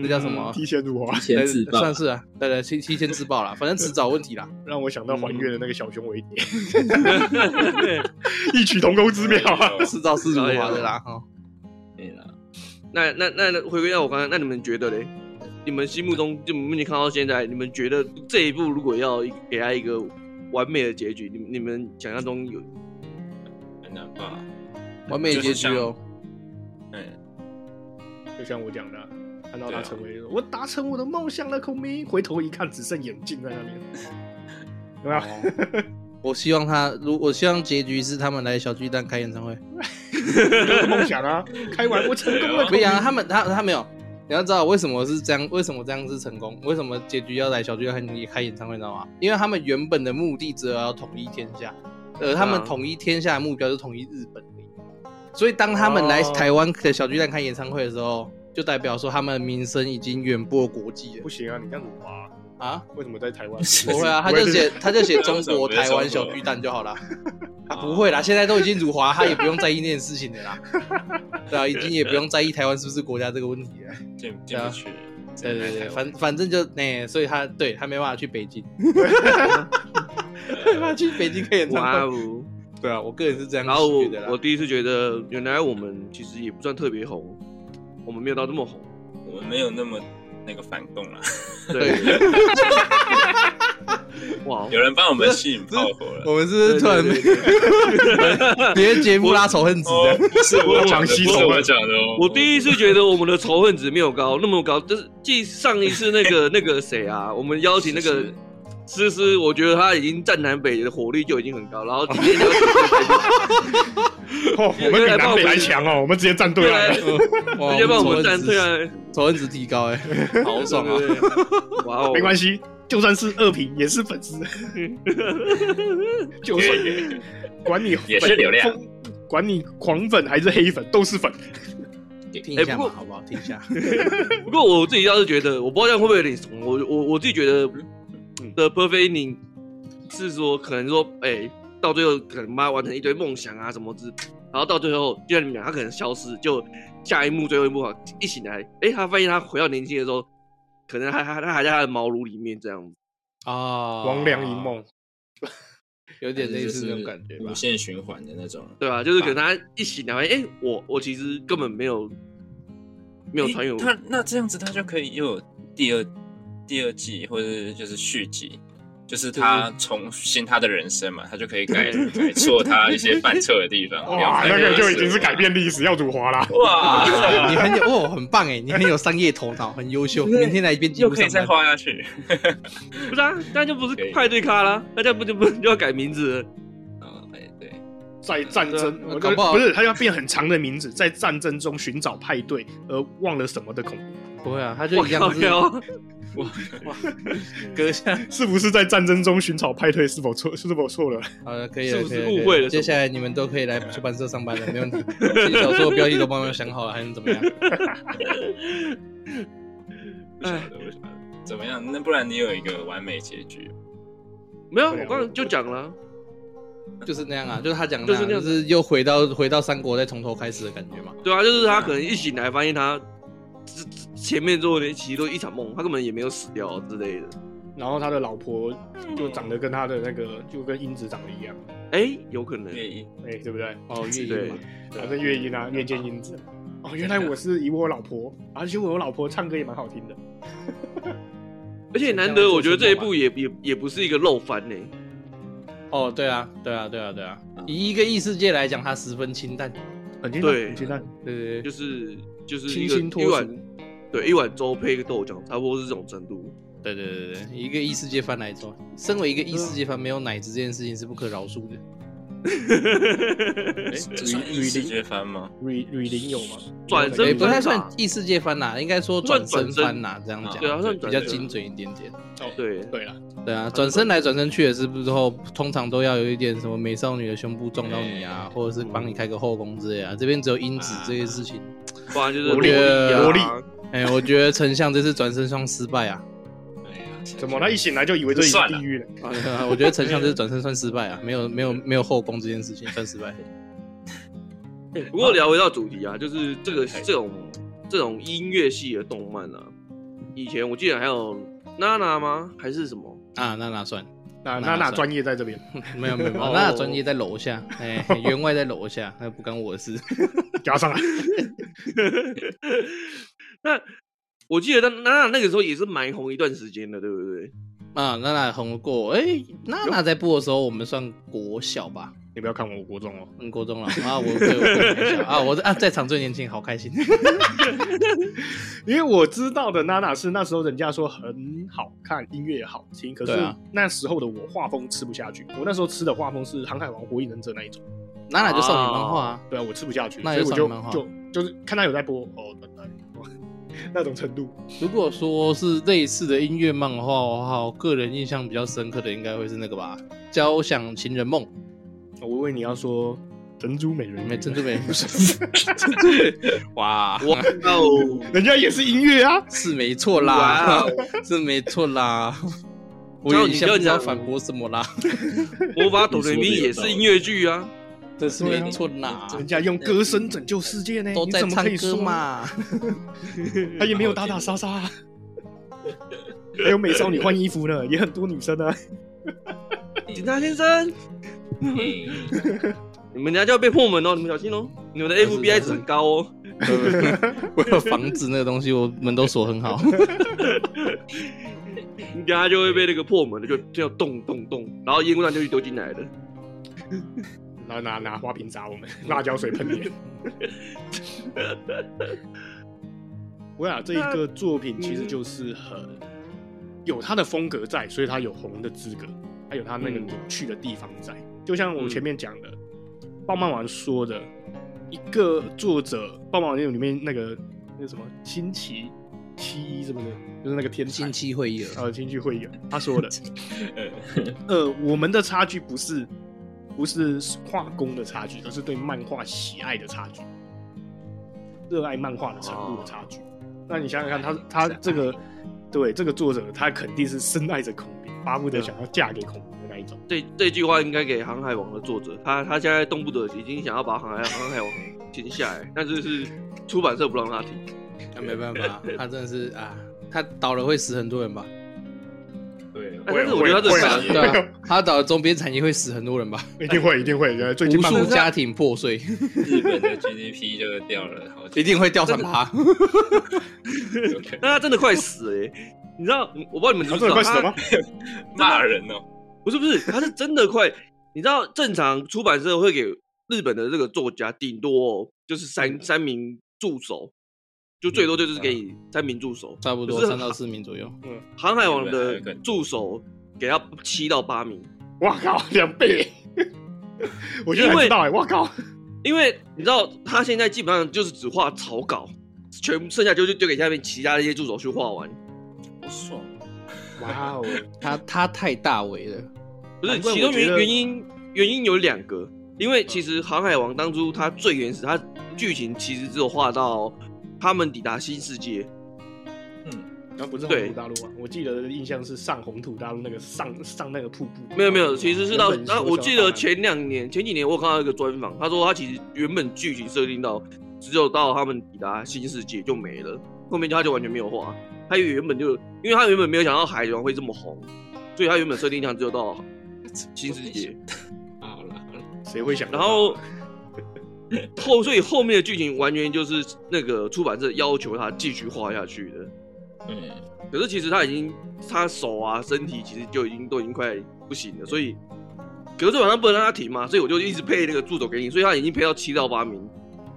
Speaker 4: 那叫 什么？
Speaker 5: 提前辱华，
Speaker 4: 对
Speaker 6: 先自爆，
Speaker 4: 算是啊，对对，提提前自爆啦，反正迟早问题啦。
Speaker 5: 让我想到还愿的那个小熊维尼， 异曲同工之妙
Speaker 2: 哎
Speaker 5: 啊！
Speaker 4: 迟早是如华的啦，哈，
Speaker 6: 对啦
Speaker 1: 那那那那回归到我刚才，那你们觉得嘞？你们心目中就目前看到现在，你们觉得这一部如果要一给他一个完美的结局，你们你们想象中有
Speaker 2: 很难吧？
Speaker 4: 完美结局哦。
Speaker 2: 嗯，
Speaker 5: 就像我讲的啊，看到
Speaker 2: 对
Speaker 5: 他
Speaker 2: 啊
Speaker 5: 成为我达成我的梦想了，孔明回头一看，只剩眼镜在那边，有没有？
Speaker 4: 我希望他，如我希望结局是他们来小巨蛋开演唱会。
Speaker 5: 就是梦想啊！开完我成功了，
Speaker 4: 不一样啊，他们他他没有。你要知道为什么是这样，为什么这样是成功？为什么结局要来小巨蛋开开演唱会，你知道吗？因为他们原本的目的只有要统一天下，呃，他们
Speaker 1: 嗯
Speaker 4: 统一天下的目标是统一日本而已。所以当他们来
Speaker 5: 哦
Speaker 4: 台湾的小巨蛋开演唱会的时候，就代表说他们的名声已经远播国际了
Speaker 5: 不行啊！你这样辱华，
Speaker 4: 啊！
Speaker 5: 为什么在台湾？
Speaker 4: 不会啊，他就写他 就写
Speaker 2: 为
Speaker 4: 中国
Speaker 2: 什么
Speaker 4: 台湾小巨蛋就好了。 啊，不会啦，
Speaker 2: 哦
Speaker 4: 现在都已经辱华，他也不用在意那件事情的啦。对啊，已经也不用在意台湾是不是国家这个问题了。
Speaker 2: 进进不去。
Speaker 4: 啊对对对，哎反反正就那、所以他对他没办法去北京， 他去北京开演
Speaker 1: 哇
Speaker 4: 唱会。
Speaker 1: 哦！
Speaker 4: 对啊，我个人是这样
Speaker 1: 然后我
Speaker 4: 觉得啦。
Speaker 1: 我第一次觉得，原来我们其实也不算特别红，我们没有到这么红。
Speaker 2: 我没有那么那个反共 啦，
Speaker 1: 对，
Speaker 4: 对，
Speaker 1: 哇，哦
Speaker 2: 有人帮我们吸引炮火了。
Speaker 4: 我们是不是突然
Speaker 1: 对对对
Speaker 4: 别节目拉仇恨值
Speaker 2: 哦
Speaker 4: 的？，
Speaker 2: 不是我讲的，不
Speaker 5: 啊
Speaker 2: 是我讲的哦。
Speaker 1: 我第一次觉得我们的仇恨值没有高那么高，就是继上一次那个那个谁啊，我们邀请那个思思，我觉得他已经站南北的火力就已经很高，然后今天邀请
Speaker 5: 哦，我们比南北还强哦，我们直接站对
Speaker 1: 对啊来
Speaker 5: 岸了。
Speaker 4: 直
Speaker 1: 直接帮我们站退啊，
Speaker 4: 仇恨值提高 哎、好爽啊！
Speaker 1: 对！对对哇 哦，
Speaker 5: 没关
Speaker 1: 系，
Speaker 5: 系，就算是恶评也是粉丝， 就算管你
Speaker 2: 也是流量
Speaker 5: 疯，管你狂粉还是黑粉都是粉。
Speaker 4: 听一
Speaker 1: 哎
Speaker 4: 下
Speaker 1: 不过
Speaker 4: 嘛，好不好？听一下。
Speaker 1: 不过我自己倒是觉得，我不知道这样会不会有点怂，我我我自己觉得，
Speaker 5: 嗯
Speaker 1: 的 perfect ending 是说可能说，哎、到最后可能妈完成一堆梦想啊什么之，然后到最后就像你们讲，他可能消失，就下一幕最后一幕啊，一醒来，哎、他发现他回到年轻的时候，可能还还他还在他的茅庐里面这样子。
Speaker 4: 啊，
Speaker 5: 王良一，梦，
Speaker 4: 有点类似那种感觉
Speaker 2: 就是
Speaker 4: 吧
Speaker 2: 无。限循环的那种。
Speaker 1: 对啊，就是可能他一醒来，哎、我我其实根本没有没有
Speaker 2: 诶
Speaker 1: 穿越我，
Speaker 2: 他那这样子，他就可以又有第二第二季，或者是就是续集，就是他重新他的人生嘛，他就可以 改改错他一些犯错的地方。
Speaker 5: 哇，那个就已经是改变历史要辱华啦。
Speaker 2: 哇，
Speaker 4: 啊 你很有哦，很棒哎，你很有商业头脑，很优 秀。
Speaker 2: 对
Speaker 4: 明天来编辑
Speaker 2: 又
Speaker 4: 部
Speaker 2: 可以
Speaker 4: 上
Speaker 2: 再
Speaker 4: 班。
Speaker 2: 画下去。
Speaker 1: 不是啊，那就不是
Speaker 2: 可以
Speaker 1: 派对咖啦，那这样不就不就要改名字了？
Speaker 2: 啊，哎对，
Speaker 5: 在战争，
Speaker 4: 对啊
Speaker 5: 我
Speaker 4: 搞不好
Speaker 5: 不是，他要变很长的名字，在战争中寻找派对，而忘了什么的恐怖，
Speaker 4: 不会啊，他就
Speaker 1: 我
Speaker 4: 一
Speaker 1: 靠
Speaker 4: 样是
Speaker 1: 腰！
Speaker 4: 阁下。
Speaker 5: 是不是在战争中寻找派对是否错，是否错了？
Speaker 4: 好了，可以
Speaker 1: 是
Speaker 4: 了，
Speaker 1: 不
Speaker 4: 可
Speaker 1: 是
Speaker 4: 以
Speaker 1: 误会
Speaker 4: 可
Speaker 1: 了
Speaker 4: 以
Speaker 1: 什么
Speaker 4: 接下来你们都可以来出版社上班了，没问题。 自己小说的标题都帮忙想好了，还能怎么样？
Speaker 2: 不
Speaker 5: 哎
Speaker 2: 晓得不晓得怎么样？那不然你有一个完美结局，
Speaker 1: 没有，
Speaker 5: 对啊
Speaker 1: 我刚刚就讲了啊，
Speaker 4: 就是那样啊，就是他讲的
Speaker 1: 就是
Speaker 4: 那
Speaker 1: 那
Speaker 4: 样，就
Speaker 1: 样
Speaker 4: 是又回到回到三国，再从头开始的感觉嘛。
Speaker 1: 对啊，就是他可能一醒来发现他这这前面做的其实都一场梦，他根本也没有死掉之类的。
Speaker 5: 然后他的老婆就长得跟他的那个，就跟英子长得一样，
Speaker 1: 哎，有可能
Speaker 2: 愿意
Speaker 5: 哎、对不对？
Speaker 4: 哦，月
Speaker 1: 对
Speaker 4: 英嘛，
Speaker 5: 反正月英啊，月见英子。哦，原来我是以我老婆，而且我老婆唱歌也蛮好听的。
Speaker 1: 而且难得，我觉得这一部也也也不是一个漏番呢、
Speaker 4: 哦，对啊，对啊，对啊，对啊。以一个异世界来讲，它十分清淡，
Speaker 5: 很清淡，
Speaker 1: 对
Speaker 5: 很清淡，
Speaker 4: 对对
Speaker 1: 就
Speaker 4: 对
Speaker 1: 是就是一
Speaker 5: 清
Speaker 1: 个
Speaker 5: 新
Speaker 1: 一
Speaker 5: 脱
Speaker 1: 碗
Speaker 5: 俗。
Speaker 1: 对一碗粥配一个豆浆，差不多是这种程 度。
Speaker 4: 对对对对对，以一个异世界番来说，身为一个异世界番，没有奶子这件事情是不可饶恕的。
Speaker 2: 哎，这算异世界番 吗？
Speaker 5: 吕吕林有吗？哎
Speaker 1: 转身
Speaker 4: 也
Speaker 1: 真
Speaker 4: 不太
Speaker 1: 番吧
Speaker 4: 算异世界番啦，应该说转身番啦，这样讲
Speaker 1: 对啊，算
Speaker 4: 比
Speaker 1: 转
Speaker 4: 较
Speaker 1: 折
Speaker 4: 精。准一点点。
Speaker 5: 哦，
Speaker 1: 对，
Speaker 5: 对了，
Speaker 4: 对啊，转身来转身去也是不之后，通常都要有一点什么美少女的胸部撞到你啊，或者是帮你开个后宫之类啊。这边只有英子这些事情，
Speaker 1: 不然就是
Speaker 5: 萝莉
Speaker 1: 萝
Speaker 5: 萝
Speaker 1: 莉
Speaker 5: 莉
Speaker 1: 啊，
Speaker 4: 哎，我觉得丞相这次转身双失败啊，
Speaker 2: 哎呀，
Speaker 5: 怎么他一醒来就以为这里是地狱了？
Speaker 4: 啊我觉得丞相这次转身算失败啊，没有没有没有后宫这件事情算失败。
Speaker 1: 哎 不过聊回到主题啊，就是这个这种这种音乐系的动漫啊，以前我记得还有娜娜吗？还是什么？
Speaker 4: 啊，那那算
Speaker 5: 那
Speaker 4: 那
Speaker 5: 那那
Speaker 4: 算
Speaker 5: 专业在这边，
Speaker 4: 没有没有，没有
Speaker 1: 哦
Speaker 4: 那专业在楼下，哎，员外在楼下，那不干我的事。
Speaker 5: 加上来。
Speaker 1: 那我记得那那那个时候也是蛮红一段时间的，对不 对？
Speaker 4: 啊，娜娜红过，哎、娜娜在播的时候，我们算国小吧，
Speaker 5: 你不要看我，我国中哦。
Speaker 4: 嗯，国中了啊，我对我对国小啊，我啊在场最年轻，好开心。
Speaker 5: 因为我知道的娜娜是那时候人家说很好看，音乐也好听，可是
Speaker 4: 对啊
Speaker 5: 那时候的我画风吃不下去。我那时候吃的画风是《航海王》《火影忍者》那一种，
Speaker 4: 娜娜就少女漫画啊，
Speaker 5: 对啊，我吃不下去，
Speaker 4: 那
Speaker 5: 所
Speaker 4: 也
Speaker 5: 以我就
Speaker 4: 算漫画
Speaker 5: 就就是看他有在播哦，等等。 那种程度，
Speaker 4: 如果说是类似的音乐漫画的话，我个人印象比较深刻的应该会是那个吧，《交响情人梦》
Speaker 5: 我以为你要说《珍珠美人
Speaker 4: 里
Speaker 5: 鱼
Speaker 4: 面》，珍珠美人鱼，哇，
Speaker 1: 哇哦！
Speaker 5: 人家也是音乐啊，
Speaker 4: 是没错
Speaker 1: 哇
Speaker 4: 啦
Speaker 1: 哦，
Speaker 4: 是没错 啦。我
Speaker 1: 照
Speaker 4: 有
Speaker 1: 你
Speaker 4: 些不知
Speaker 1: 这样
Speaker 4: 道
Speaker 1: 讲
Speaker 4: 反驳什么啦，
Speaker 1: 魔法斗神咪也是音乐剧啊，
Speaker 4: 这是没错啦，
Speaker 5: 人家用歌声拯救世界呢，
Speaker 4: 啊都
Speaker 5: 你
Speaker 4: 在
Speaker 5: 怎么
Speaker 4: 唱
Speaker 5: 可以
Speaker 4: 歌
Speaker 5: 说？
Speaker 4: 嘛。
Speaker 5: 他也没有打打杀杀、 啊，还有美少女换衣服呢，也很多女生啊。
Speaker 1: 警察先生，你们等下就要被破门哦，你们小心哦，你们的 FBI 值很高 哦。
Speaker 4: 我有防止那个东西，我门都锁 很好。
Speaker 1: 你等下就会被那个破门的就就要咚咚咚，然后烟雾弹就去丢进来的。
Speaker 5: 拿拿拿花瓶砸我们， 辣椒水喷 你。我想啊这一个作品其实就是很有它的风格在，所以它有红的资格，还有它那个
Speaker 1: 嗯
Speaker 5: 有趣的地方在。就像我前面讲的，棒棒王说的，一个作者棒棒王里面那个那个什么星期七一什么的，就是那个天才
Speaker 4: 近期会议了，
Speaker 5: 呃星期会有他说的，
Speaker 2: 呃
Speaker 5: 呃，我们的差距不是不是画工的差距，而是对漫画喜爱的差距，热爱漫画的程度的差
Speaker 1: 哦啊
Speaker 5: 距。那你想想看，他他这个对这个作者，他肯定是深爱着孔明，巴不得想要嫁给孔明的那一种。
Speaker 1: 这这句话应该给《航海王》的作者，他他现在动不得已经想要把航海《航海王》停下来，但是是出版社不让他停。
Speaker 4: 那没办法，他真的是啊，他倒了会死很多人吧？
Speaker 2: 对，
Speaker 1: 哎但
Speaker 5: 会
Speaker 1: 是我觉得他这
Speaker 5: 会
Speaker 1: 个
Speaker 5: 啊
Speaker 1: 傻逼
Speaker 5: 会啊
Speaker 4: 对啊，他倒了周边产业会死很多人吧？
Speaker 1: 哎
Speaker 5: 一定会，一定会。呃最近
Speaker 4: 无
Speaker 5: 办
Speaker 4: 数
Speaker 5: 公
Speaker 4: 家庭破碎，
Speaker 2: 日本的 GDP 就掉了好几，
Speaker 4: 一定会掉三趴。
Speaker 2: 有可能
Speaker 1: 但他真的快死了、欸，你知道？我不知道你们知
Speaker 5: 他
Speaker 1: 不
Speaker 5: 真
Speaker 1: 知
Speaker 5: 的
Speaker 1: 道，
Speaker 5: 快死了
Speaker 1: 他
Speaker 5: 吗？
Speaker 2: 骂人哦，
Speaker 1: 不是不是，他是真的快。 你知道正常出版社会给日本的这个作家顶多、哦、就是三三名助
Speaker 5: 嗯
Speaker 1: 手，就最多就是给你三名助手。
Speaker 4: 差不
Speaker 1: 可
Speaker 4: 多
Speaker 1: 是
Speaker 4: 三到四名左右。
Speaker 1: 航海王
Speaker 2: 日本还
Speaker 1: 的
Speaker 2: 有更多
Speaker 1: 助手给他七到八名，
Speaker 5: 哇靠，两倍！ 我觉得才知道哎，哇靠！
Speaker 1: 因为你知道他现在基本上就是只画草稿，全剩下就是丢给下面其他的一些助手去画完。
Speaker 2: 好爽，
Speaker 5: 哇哦，
Speaker 4: 他他太大为了，
Speaker 1: 不是，
Speaker 5: 难怪
Speaker 1: 其
Speaker 5: 我
Speaker 1: 中原
Speaker 5: 觉得
Speaker 1: 原因原因有两个，因为其实《航海王》当初它最原始，它剧情其实只有画到他们抵达新世界，
Speaker 2: 嗯，
Speaker 5: 那不是红土大陆啊？我记得的印象是上红土大陆那个上上那个瀑布。
Speaker 1: 没有没有，其实是到
Speaker 5: 原本
Speaker 1: 那我记得
Speaker 5: 是要到啊
Speaker 1: 前两年前几年我有看到一个专访，他说他其实原本剧情设定到只有到他们抵达新世界就没了，后面他就完全没有画，他原本就因为他原本没有想到海贼王会这么红，所以他原本设定上只有到新世 界。
Speaker 2: 好了，
Speaker 5: 那谁会想到？
Speaker 1: 然后后所以后面的剧情完全就是那个出版社要求他继续画下去的。
Speaker 2: 嗯，
Speaker 1: 可是其实他已经他手啊身体其实就已经都已经快不行了，所以可是这晚上不能让他停嘛，所以我就一直配那个助手给你，所以他已经配到七到八名，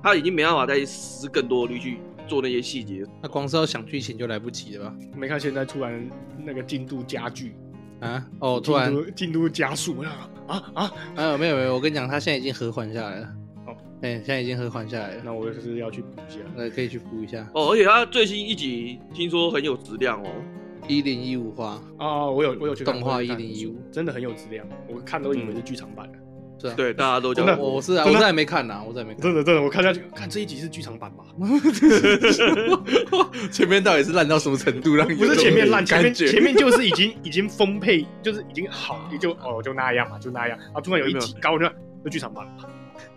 Speaker 1: 他已经没办法再施更多的力去做那些细节。
Speaker 4: 他光是要想剧情就来不及了吧？
Speaker 5: 没看现在突然那个进度加剧，
Speaker 4: 啊，哦，突然
Speaker 5: 进，度进度加速啊啊啊！
Speaker 4: 啊，没有没有，我跟你讲，他现在已经和缓下来了。
Speaker 5: 哦
Speaker 4: 哦，哎，现在已经和缓下来了，
Speaker 5: 那我就是要去补一下。
Speaker 4: 那可以去补一下
Speaker 1: 哦，而且他最新一集听说很有质量哦，
Speaker 4: 一零一五话，
Speaker 5: 哦，我有我有去看
Speaker 4: 动画
Speaker 5: 我有去看
Speaker 4: 1015
Speaker 5: 真的很有质量，我看都以为是剧场版的。
Speaker 4: 是啊，，
Speaker 1: 对，大家都
Speaker 5: 真
Speaker 1: 讲
Speaker 5: 的
Speaker 1: 过
Speaker 4: 我是啊，
Speaker 5: 真
Speaker 4: 我
Speaker 5: 的
Speaker 4: 是还没看呢，我是还没看。
Speaker 5: 真的真的，我看下去，看这一集是剧场版吧？
Speaker 4: 前面到底是烂到什么程度，让你
Speaker 5: 不是
Speaker 4: 有这种
Speaker 5: 前面烂，前面
Speaker 4: 感觉啊
Speaker 5: 前面就是已 经已经丰沛，就是已经好，也就哦就那样嘛，就那样。啊，突然有一集高，就就剧场版了，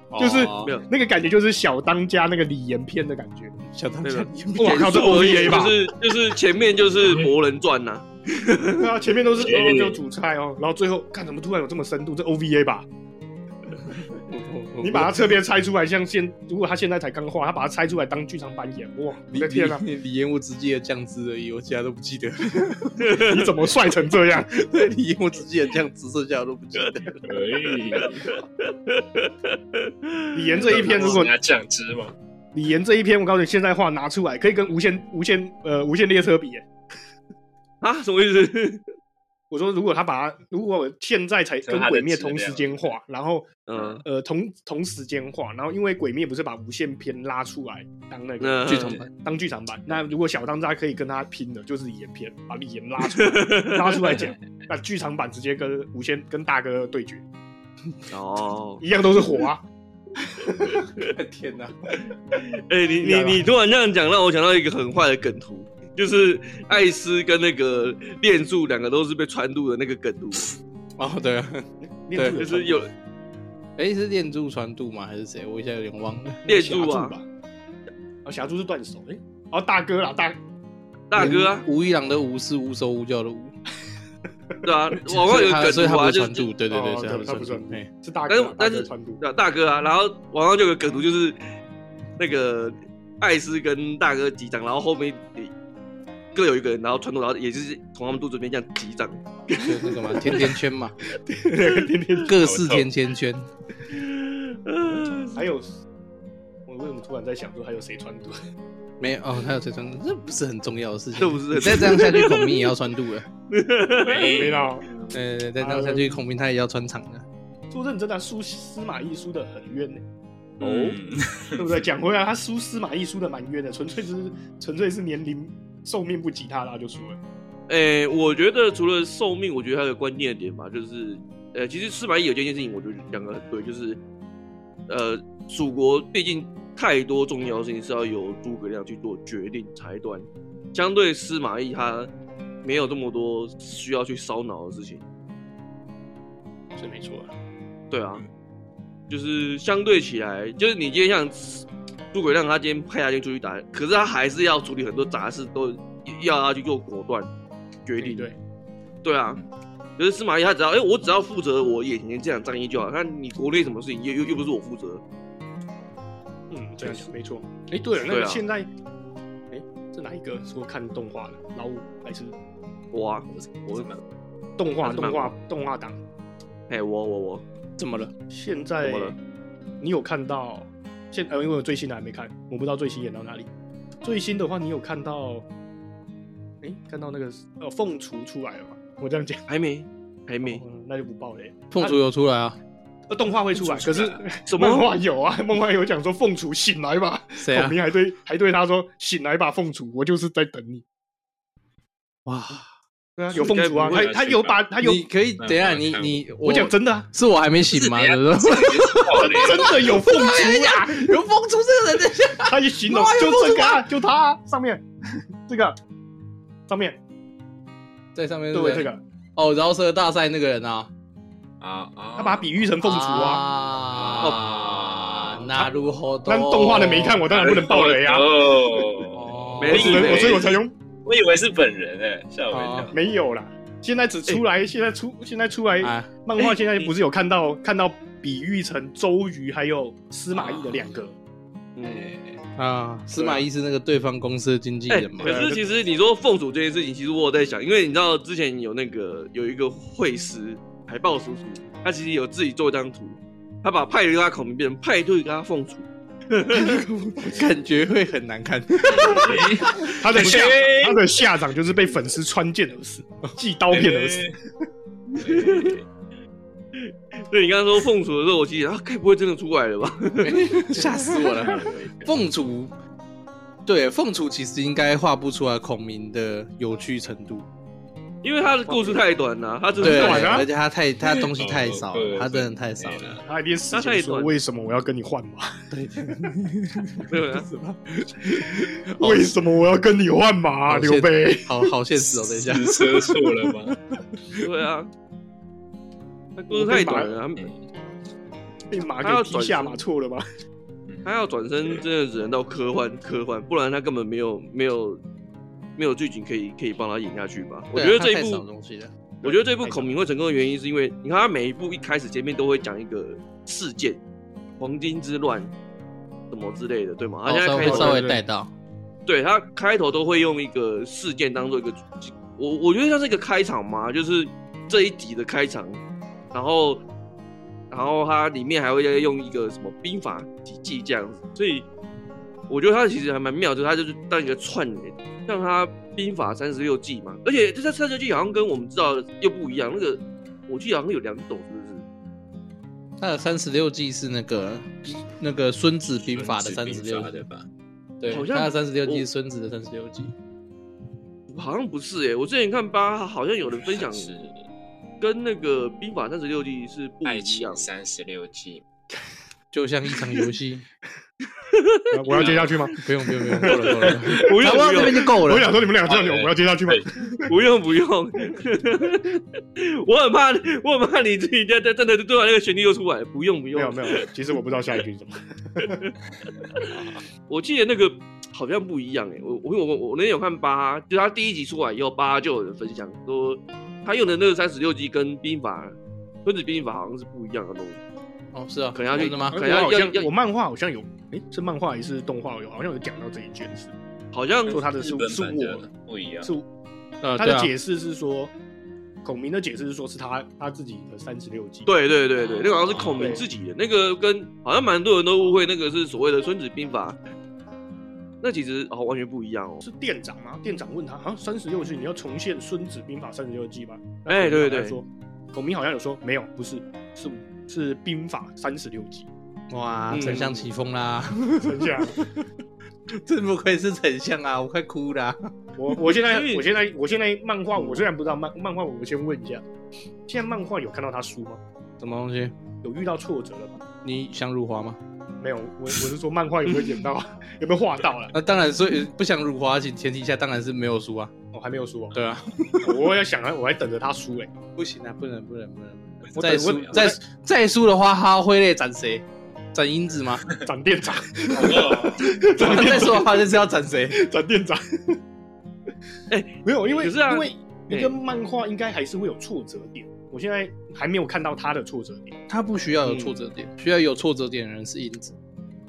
Speaker 4: 哦
Speaker 5: 就是
Speaker 1: 没有
Speaker 5: 那个感觉就是小当家那个李延篇的感觉。
Speaker 4: 小当
Speaker 1: 没
Speaker 4: 家
Speaker 1: 有，
Speaker 5: 哇靠，这
Speaker 1: 简述而已
Speaker 5: OVA 吧
Speaker 1: 就？是就是前面就是《博人传》呐。
Speaker 5: 对啊，前面 都是
Speaker 2: 前
Speaker 5: 哦
Speaker 2: 面
Speaker 5: 就主菜哦，然后最后看怎么突然有这么深度？这 OVA 吧？ 你把它侧边拆出来，像现如果他现在才刚画，他把它拆出来当剧场版演，哇！我
Speaker 4: 李
Speaker 5: 的天啊，
Speaker 4: 李李彦我只记得酱汁而已，我其他都不记得。
Speaker 5: 你怎么帅成这样？
Speaker 4: 李彦我只记得酱汁，剩下的都不记得。
Speaker 2: 可以，
Speaker 5: 李岩这一 篇，如果
Speaker 2: 拿酱汁吗？
Speaker 5: 李岩这一篇，我告诉你，现在画拿出来可以跟无限无限呃无限列车比耶。
Speaker 1: 啊，什么意思？
Speaker 5: 我说，如果他把它，如果我现在才跟
Speaker 2: 跟他的
Speaker 5: 鬼灭
Speaker 2: 质
Speaker 5: 同
Speaker 2: 量
Speaker 5: 时间画，然后
Speaker 1: 嗯
Speaker 5: 呃同同时间画，然后因为鬼灭不是把无限篇拉出来当那个
Speaker 1: 嗯
Speaker 4: 剧 场版
Speaker 5: 当剧场版，那如果小当家可以跟他拼的，就是李岩篇，把李岩拉 出来拉出来讲，那剧场版直接跟无限跟大哥对决，
Speaker 1: 哦，
Speaker 5: 一样都是 火啊！
Speaker 4: 天哪！
Speaker 1: 哎、你
Speaker 5: 明
Speaker 1: 你
Speaker 5: 白吧
Speaker 1: 你
Speaker 4: 啊
Speaker 1: 突然这样讲，让我想到一个很坏的梗图，就是艾斯跟那个炼柱两个都是被穿渡的那个梗 图，
Speaker 4: 哦，对啊，
Speaker 5: 念住
Speaker 1: 就
Speaker 5: 了
Speaker 1: 是有
Speaker 4: 哎，是练柱传渡吗？还是谁？我一下有点忘了。
Speaker 1: 炼
Speaker 5: 侠
Speaker 1: 柱
Speaker 5: 柱
Speaker 1: 啊，
Speaker 5: 吧？啊，侠柱是断手，哎，哦大哥啦，大
Speaker 1: 大哥啊，
Speaker 4: 吴吴一郎的吴是无手无脚的吴，
Speaker 1: 对 啊，网上有一个
Speaker 4: 所以
Speaker 1: 梗
Speaker 4: 他
Speaker 1: 图
Speaker 4: 不
Speaker 1: 啊，
Speaker 4: 是
Speaker 1: 就
Speaker 4: 传
Speaker 1: 是
Speaker 4: 渡，对对对，
Speaker 5: 哦
Speaker 4: 所以
Speaker 5: 对
Speaker 4: 不
Speaker 5: 他不
Speaker 4: 是
Speaker 5: 是
Speaker 4: 传渡。哎，
Speaker 5: 是大
Speaker 1: 但是
Speaker 5: 哥啊，大
Speaker 1: 但
Speaker 5: 哥
Speaker 1: 是
Speaker 5: 穿渡
Speaker 1: 对啊大哥啊，然后网上就有个梗图，就是那个艾斯跟大哥击掌，然后后面各有一个人，然后穿渡，然后也是从他们肚子里面这样击掌，
Speaker 4: 就那个嘛，甜甜圈嘛，
Speaker 5: 天天
Speaker 4: 各式甜甜圈。
Speaker 1: 嗯
Speaker 5: 还有，我为什么突然在想说还有 谁穿渡？
Speaker 4: 没有哦，他有腿穿渡，这不是很重要的事情。
Speaker 1: 这不是很
Speaker 4: 再这样下去，孔明也要穿肚了。
Speaker 5: 没啦，
Speaker 4: 对对，对再这样下
Speaker 5: 哎
Speaker 4: 去，孔明他也要穿长的。
Speaker 5: 说认真的，输司马懿输的很冤呢、
Speaker 2: 哦，
Speaker 5: 对不对？讲回来，他输司马懿输的蛮冤的，纯粹是纯粹是年龄寿命不及他啦，就输了。
Speaker 1: 诶、我觉得除了寿命，我觉得还有个关键的点吧，就是，呃，其实司马懿有件件事情，我觉得讲的很对，就是，呃，蜀国毕竟太多重要的事情是要由诸葛亮去做决定裁断，相对司马懿他没有这么多需要去烧脑的事情。
Speaker 5: 是没错啊。
Speaker 1: 对啊，就是相对起来，就是你今天像诸葛亮，他今天派他先出去打，可是他还是要处理很多杂事，都要他去做果断决定。
Speaker 5: 对，
Speaker 1: 对啊，就是司马懿他只要，哎、我只要负责我眼前这场战役就好。那你国内什么事情又又又不是我负责？
Speaker 5: 嗯，这样讲没错。哎，对了，那
Speaker 1: 对
Speaker 5: 个
Speaker 1: 啊
Speaker 5: 现在，哎，是哪一个说看动画的？老五还是
Speaker 1: 我啊，
Speaker 2: 我怎么
Speaker 5: 动画
Speaker 1: 还是
Speaker 5: 动
Speaker 1: 漫
Speaker 5: 画
Speaker 1: 画
Speaker 5: 动画党？
Speaker 1: 哎、我我我，
Speaker 5: 怎么了？现在
Speaker 1: 怎么了
Speaker 5: 你有看到现呃，因为我最新的还没看，我不知道最新演到哪里。最新的话，你有看到？哎、看到那个呃，凤雏出来了吗？我这样讲，
Speaker 1: 还没还没、
Speaker 5: 哦那就不爆雷。
Speaker 4: 凤雏有出来啊？
Speaker 5: 呃，动画会出来，可是
Speaker 1: 什
Speaker 5: 漫
Speaker 1: 么
Speaker 5: 画有啊，漫画有讲说凤雏醒来吧，
Speaker 4: 谁
Speaker 5: 孔
Speaker 4: 啊？
Speaker 5: 明还对还对他说醒来吧，凤雏，我就是在等你。
Speaker 4: 哇！
Speaker 5: 对啊，有凤雏啊，
Speaker 2: 应该不
Speaker 5: 他
Speaker 2: 会
Speaker 5: 他有把他有，
Speaker 4: 你可以
Speaker 1: 嗯
Speaker 4: 等一下，你你
Speaker 5: 我讲真的啊，
Speaker 4: 是我还没醒吗？对
Speaker 1: 啊
Speaker 4: 不对？
Speaker 5: 真的有凤雏啊，
Speaker 4: 有凤雏这个人，等一下，
Speaker 5: 他一形容
Speaker 4: 哪有
Speaker 5: 就
Speaker 4: 凤
Speaker 5: 这
Speaker 4: 雏
Speaker 5: 个
Speaker 4: 啊
Speaker 5: 啊，就他啊上面 这个上面
Speaker 4: 在上面
Speaker 5: 对
Speaker 4: 是
Speaker 5: 不
Speaker 4: 谁
Speaker 5: 对？这个
Speaker 4: 哦，饶舌大赛那个人啊，
Speaker 2: 啊啊！
Speaker 5: 他把它比喻成凤雏啊。
Speaker 2: 哦
Speaker 4: 啊，那如何？
Speaker 5: 但动画的没看，我当然不能爆雷啊。
Speaker 2: 哦，
Speaker 1: 没
Speaker 5: 我
Speaker 1: 事
Speaker 5: 只能
Speaker 1: 没
Speaker 5: 我
Speaker 1: 事
Speaker 5: 所以我才用
Speaker 2: 我以为是本人哎，吓我一跳。
Speaker 5: 没有啦。现在只出来，现在出现在出来
Speaker 4: 啊
Speaker 5: 漫画，现在不是有看到看到比喻成周瑜还有司马懿的两个，
Speaker 1: 嗯。
Speaker 5: 哎
Speaker 4: 啊！司马懿是那个对方公司的经纪
Speaker 1: 哎、
Speaker 4: 人嘛？
Speaker 1: 可是其实你说凤雏这件事情，其实我有在想，因为你知道之前有那个有一个会师海豹叔叔，他其实有自己做一张图，他把派对跟他孔明变成派对跟他凤雏，
Speaker 4: 感觉会很难看。
Speaker 5: 他的下
Speaker 2: 哎
Speaker 5: 他的下场就是被粉丝穿剑而死，寄刀片而死。
Speaker 2: 哎
Speaker 1: 对你刚刚说凤雏的时候，我其实啊，该不会真的出来了吧？
Speaker 4: 吓死我了！凤雏，对凤雏其实应该画不出来孔明的有趣程度，
Speaker 1: 因为他的故事太短了、他只是
Speaker 4: 对，
Speaker 5: 短啊
Speaker 4: 而且他太他东西太少
Speaker 2: 哦
Speaker 4: 了，
Speaker 2: 对
Speaker 4: 他真的太少了。
Speaker 5: 他一定死前说：“为什么我要跟你换马？
Speaker 1: 对啊，哦
Speaker 5: 为什么我要跟你换马？”
Speaker 4: 好
Speaker 5: 啊刘备，
Speaker 4: 好好现实哦，等一下，
Speaker 2: 是车错了 吗？
Speaker 1: 对啊，他故事太短了，他
Speaker 5: 被马
Speaker 1: 他要
Speaker 5: 给踢
Speaker 1: 转
Speaker 5: 下
Speaker 1: 身
Speaker 5: 马错 了吗？
Speaker 1: 他
Speaker 2: 嗯
Speaker 1: 要转身真的只能到科幻科幻，不然他根本没有没有没有剧情可以可以帮他演下去吧？我觉得这
Speaker 4: 对啊他
Speaker 1: 一
Speaker 4: 太少
Speaker 1: 部
Speaker 4: 东西了。
Speaker 1: 我觉得这一部孔明会成功的原因，是因为你看他每一部一开始前面都会讲一个事件，黄金之乱什么之类的，对吗？他
Speaker 4: 好，
Speaker 1: 现
Speaker 4: 哦稍
Speaker 1: 在开
Speaker 4: 微
Speaker 1: 头
Speaker 4: 稍微带到，
Speaker 1: 对他开头都会用一个事件当做一个主题，我我觉得像是一个开场嘛，就是这一集的开场，然后然后它里面还会用一个什么兵法几计这样子，所以我觉得它其实还蛮妙，就是它就是当一个串联，像它兵法三十六计嘛，而且这三十六计好像跟我们知道的又不一样，那个我记得好像有两种，是不是？
Speaker 4: 他的三十六计是那个那个《孙子兵法》的三十六计，
Speaker 2: 对吧？
Speaker 4: 对，
Speaker 1: 好像
Speaker 4: 他的三十六计
Speaker 1: 我
Speaker 4: 是孙子的三十六计。
Speaker 1: 好像不是诶、欸我之前看吧，好像有人分享
Speaker 2: 是
Speaker 1: 跟那个兵法三十六计是不
Speaker 2: 爱
Speaker 1: 一样
Speaker 2: 情
Speaker 1: 的。
Speaker 2: 三十六计，
Speaker 4: 就像一场游戏，
Speaker 5: 啊我要
Speaker 1: 啊
Speaker 5: 接下去吗？
Speaker 4: 不用不用不用，够了够了，
Speaker 1: 不
Speaker 4: 差
Speaker 1: 用
Speaker 4: 不
Speaker 1: 不
Speaker 4: 多这
Speaker 1: 用
Speaker 4: 边就够
Speaker 5: 我想
Speaker 4: 了。
Speaker 5: 说你们两个这样讲，我要接下去吗？
Speaker 1: 不用不用，我很怕我很怕你自己在在真的对完那个旋律又出来，不用不
Speaker 5: 没有
Speaker 1: 用
Speaker 5: 没，有，其实我不知道下一句是什么。
Speaker 1: 我记得那个好像不一样哎、我我我我那天有看八，就他第一集出来以后，八就有人分享说他用的那个三十六计跟兵法。孙子兵法好像是不一样的东西，
Speaker 4: 哦，是啊，
Speaker 1: 可能要去
Speaker 4: 真的吗？
Speaker 1: 可
Speaker 5: 我
Speaker 1: 能要
Speaker 5: 好像
Speaker 1: 要要
Speaker 5: 我漫画好像有，哎，是漫画还是动画有？好像有讲到这一件事，
Speaker 1: 好像
Speaker 5: 说他的是
Speaker 2: 日本
Speaker 5: 是
Speaker 2: 版的
Speaker 5: 我
Speaker 2: 不
Speaker 1: 啊
Speaker 2: 一样，
Speaker 5: 是
Speaker 4: 呃，
Speaker 5: 他
Speaker 4: 对
Speaker 5: 的
Speaker 4: 啊，
Speaker 5: 解释是说，孔明的解释是说是他他自己的三十六计。，
Speaker 1: 对对对
Speaker 5: 哦
Speaker 1: 对，那个好像是孔明自己的，那个跟好像蛮多人都误会那个是所谓的孙子兵法，那其实哦完全不一样哦。
Speaker 5: 是店长吗？店长问他，好像三十六计，你要重现《孙子兵法》三十六计吧？
Speaker 1: 哎对
Speaker 5: 然
Speaker 1: 对
Speaker 5: 后孔明好像说孔明好像有说没有，不是，是是兵法三十六 计。
Speaker 4: 哇，
Speaker 1: 嗯
Speaker 4: 丞相起风啦，
Speaker 5: 剩下
Speaker 4: 真不愧是丞相啊，我快哭啦。
Speaker 5: 我我现在
Speaker 1: 所以嗯
Speaker 5: 我现在我现在漫画，我虽然不知道漫漫画，我先问一下，现在漫画有看到他输吗？
Speaker 4: 什么东西？
Speaker 5: 有遇到挫折了吗？
Speaker 4: 你想辱华吗？
Speaker 5: 没有，我我是说漫画有没有演到， 有没有画到了？
Speaker 4: 那当然，所以不想辱华前前提下，当然是没有输啊。
Speaker 5: 我还没有输哦，
Speaker 4: 对啊，
Speaker 5: 我也想啊，我还等着他输哎，
Speaker 4: 不行啊，不能不能不能，不能
Speaker 5: 我
Speaker 4: 再
Speaker 5: 等我
Speaker 4: 输
Speaker 5: 等
Speaker 4: 再再输的话，他会累斩谁？斩英子吗？
Speaker 5: 展店长，
Speaker 2: 哦
Speaker 4: 再输的话就是要斩谁？
Speaker 5: 展店长。
Speaker 1: 哎
Speaker 5: 没有，因为
Speaker 1: 可是啊
Speaker 5: 因为一个漫画应该还是会有挫折点，我现在还没有看到他的挫折点。
Speaker 4: 他不需要有挫折点，需要有挫折点的人是英子。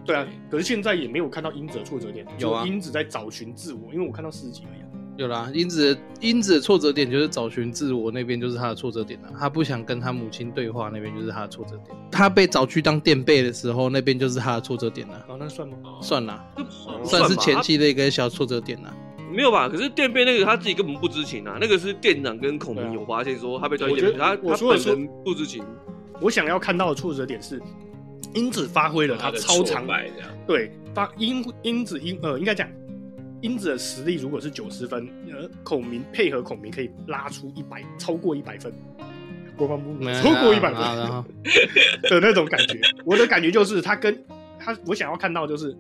Speaker 5: 对啊，可是现在也没有看到英子的挫折点，
Speaker 4: 有啊
Speaker 5: 只英子在找寻自我，因为我看到四十集而已啊。
Speaker 4: 有啦，英子的英子的挫折点就是找寻自我那边就是他的挫折点了、他不想跟他母亲对话那边就是他的挫折点。他被找去当垫背的时候，那边就是他的挫折点了、
Speaker 5: 哦，那哦算吗？
Speaker 4: 算啦，
Speaker 1: 算吧
Speaker 4: 算是前期的一个小挫折点啦。
Speaker 1: 没有吧？可是店变那个他自己根本不知情啊，那个是店长跟孔明有发现说他被抓去店变，
Speaker 5: 对啊
Speaker 1: 他
Speaker 5: 我
Speaker 1: 他
Speaker 5: 觉得我
Speaker 1: 本
Speaker 5: 说的
Speaker 1: 人不知情。
Speaker 5: 我想要看到的挫折点是，英子发挥了她超 常
Speaker 2: 白这样，
Speaker 5: 对，发英英子英呃，应该讲英子的实力如果是九十分，呃，孔明配合孔明可以拉出一百，超过一百分，国防部
Speaker 4: 没
Speaker 5: 超过一百
Speaker 4: 然后然
Speaker 5: 分
Speaker 4: 后
Speaker 5: 的那种感觉。我的感觉就是他跟他，我想要看到就是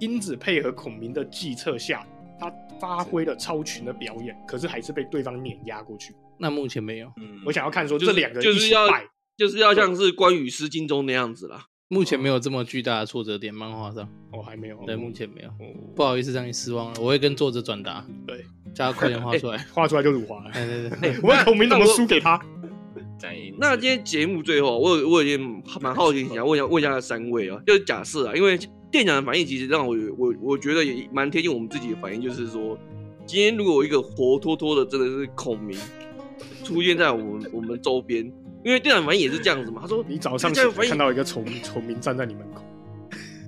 Speaker 5: 英子配合孔明的计策下，他发挥了超群的表演，可是还是被对方碾压过去。
Speaker 4: 那目前没有，
Speaker 2: 嗯
Speaker 5: 我想要看说
Speaker 1: 就
Speaker 5: 这
Speaker 1: 是
Speaker 5: 两个人
Speaker 1: 就
Speaker 5: 一
Speaker 1: 是
Speaker 5: 起
Speaker 1: 要
Speaker 5: 败，
Speaker 1: 就是要像是关羽失荆州那样子啦。
Speaker 4: 目前没有这么巨大的挫折点。漫画上，
Speaker 5: 哦，还没有，
Speaker 4: 对，目前没有。
Speaker 5: 哦
Speaker 4: 不好意思让你失望了，我会跟作者转达，
Speaker 5: 对，哎
Speaker 4: 叫他快点画出 来。
Speaker 5: 画出来就辱华了。
Speaker 4: 对对对，
Speaker 5: 我们孔明怎么输给他？
Speaker 2: 展英子，
Speaker 1: 那今天节目最后，我有我有点蛮好奇，想问一下问一下三位啊，就是假设啊，因为店长的反应其实让我有我我觉得也蛮贴近我们自己的反应，就是说，今天如果有一个活脱脱的真的是孔明出现在我们我们周边，因为店长反应也是这样子嘛，他说
Speaker 5: 你早上
Speaker 1: 这
Speaker 5: 起
Speaker 1: 样
Speaker 5: 来
Speaker 1: 反应
Speaker 5: 看到一个虫虫民站在你门口，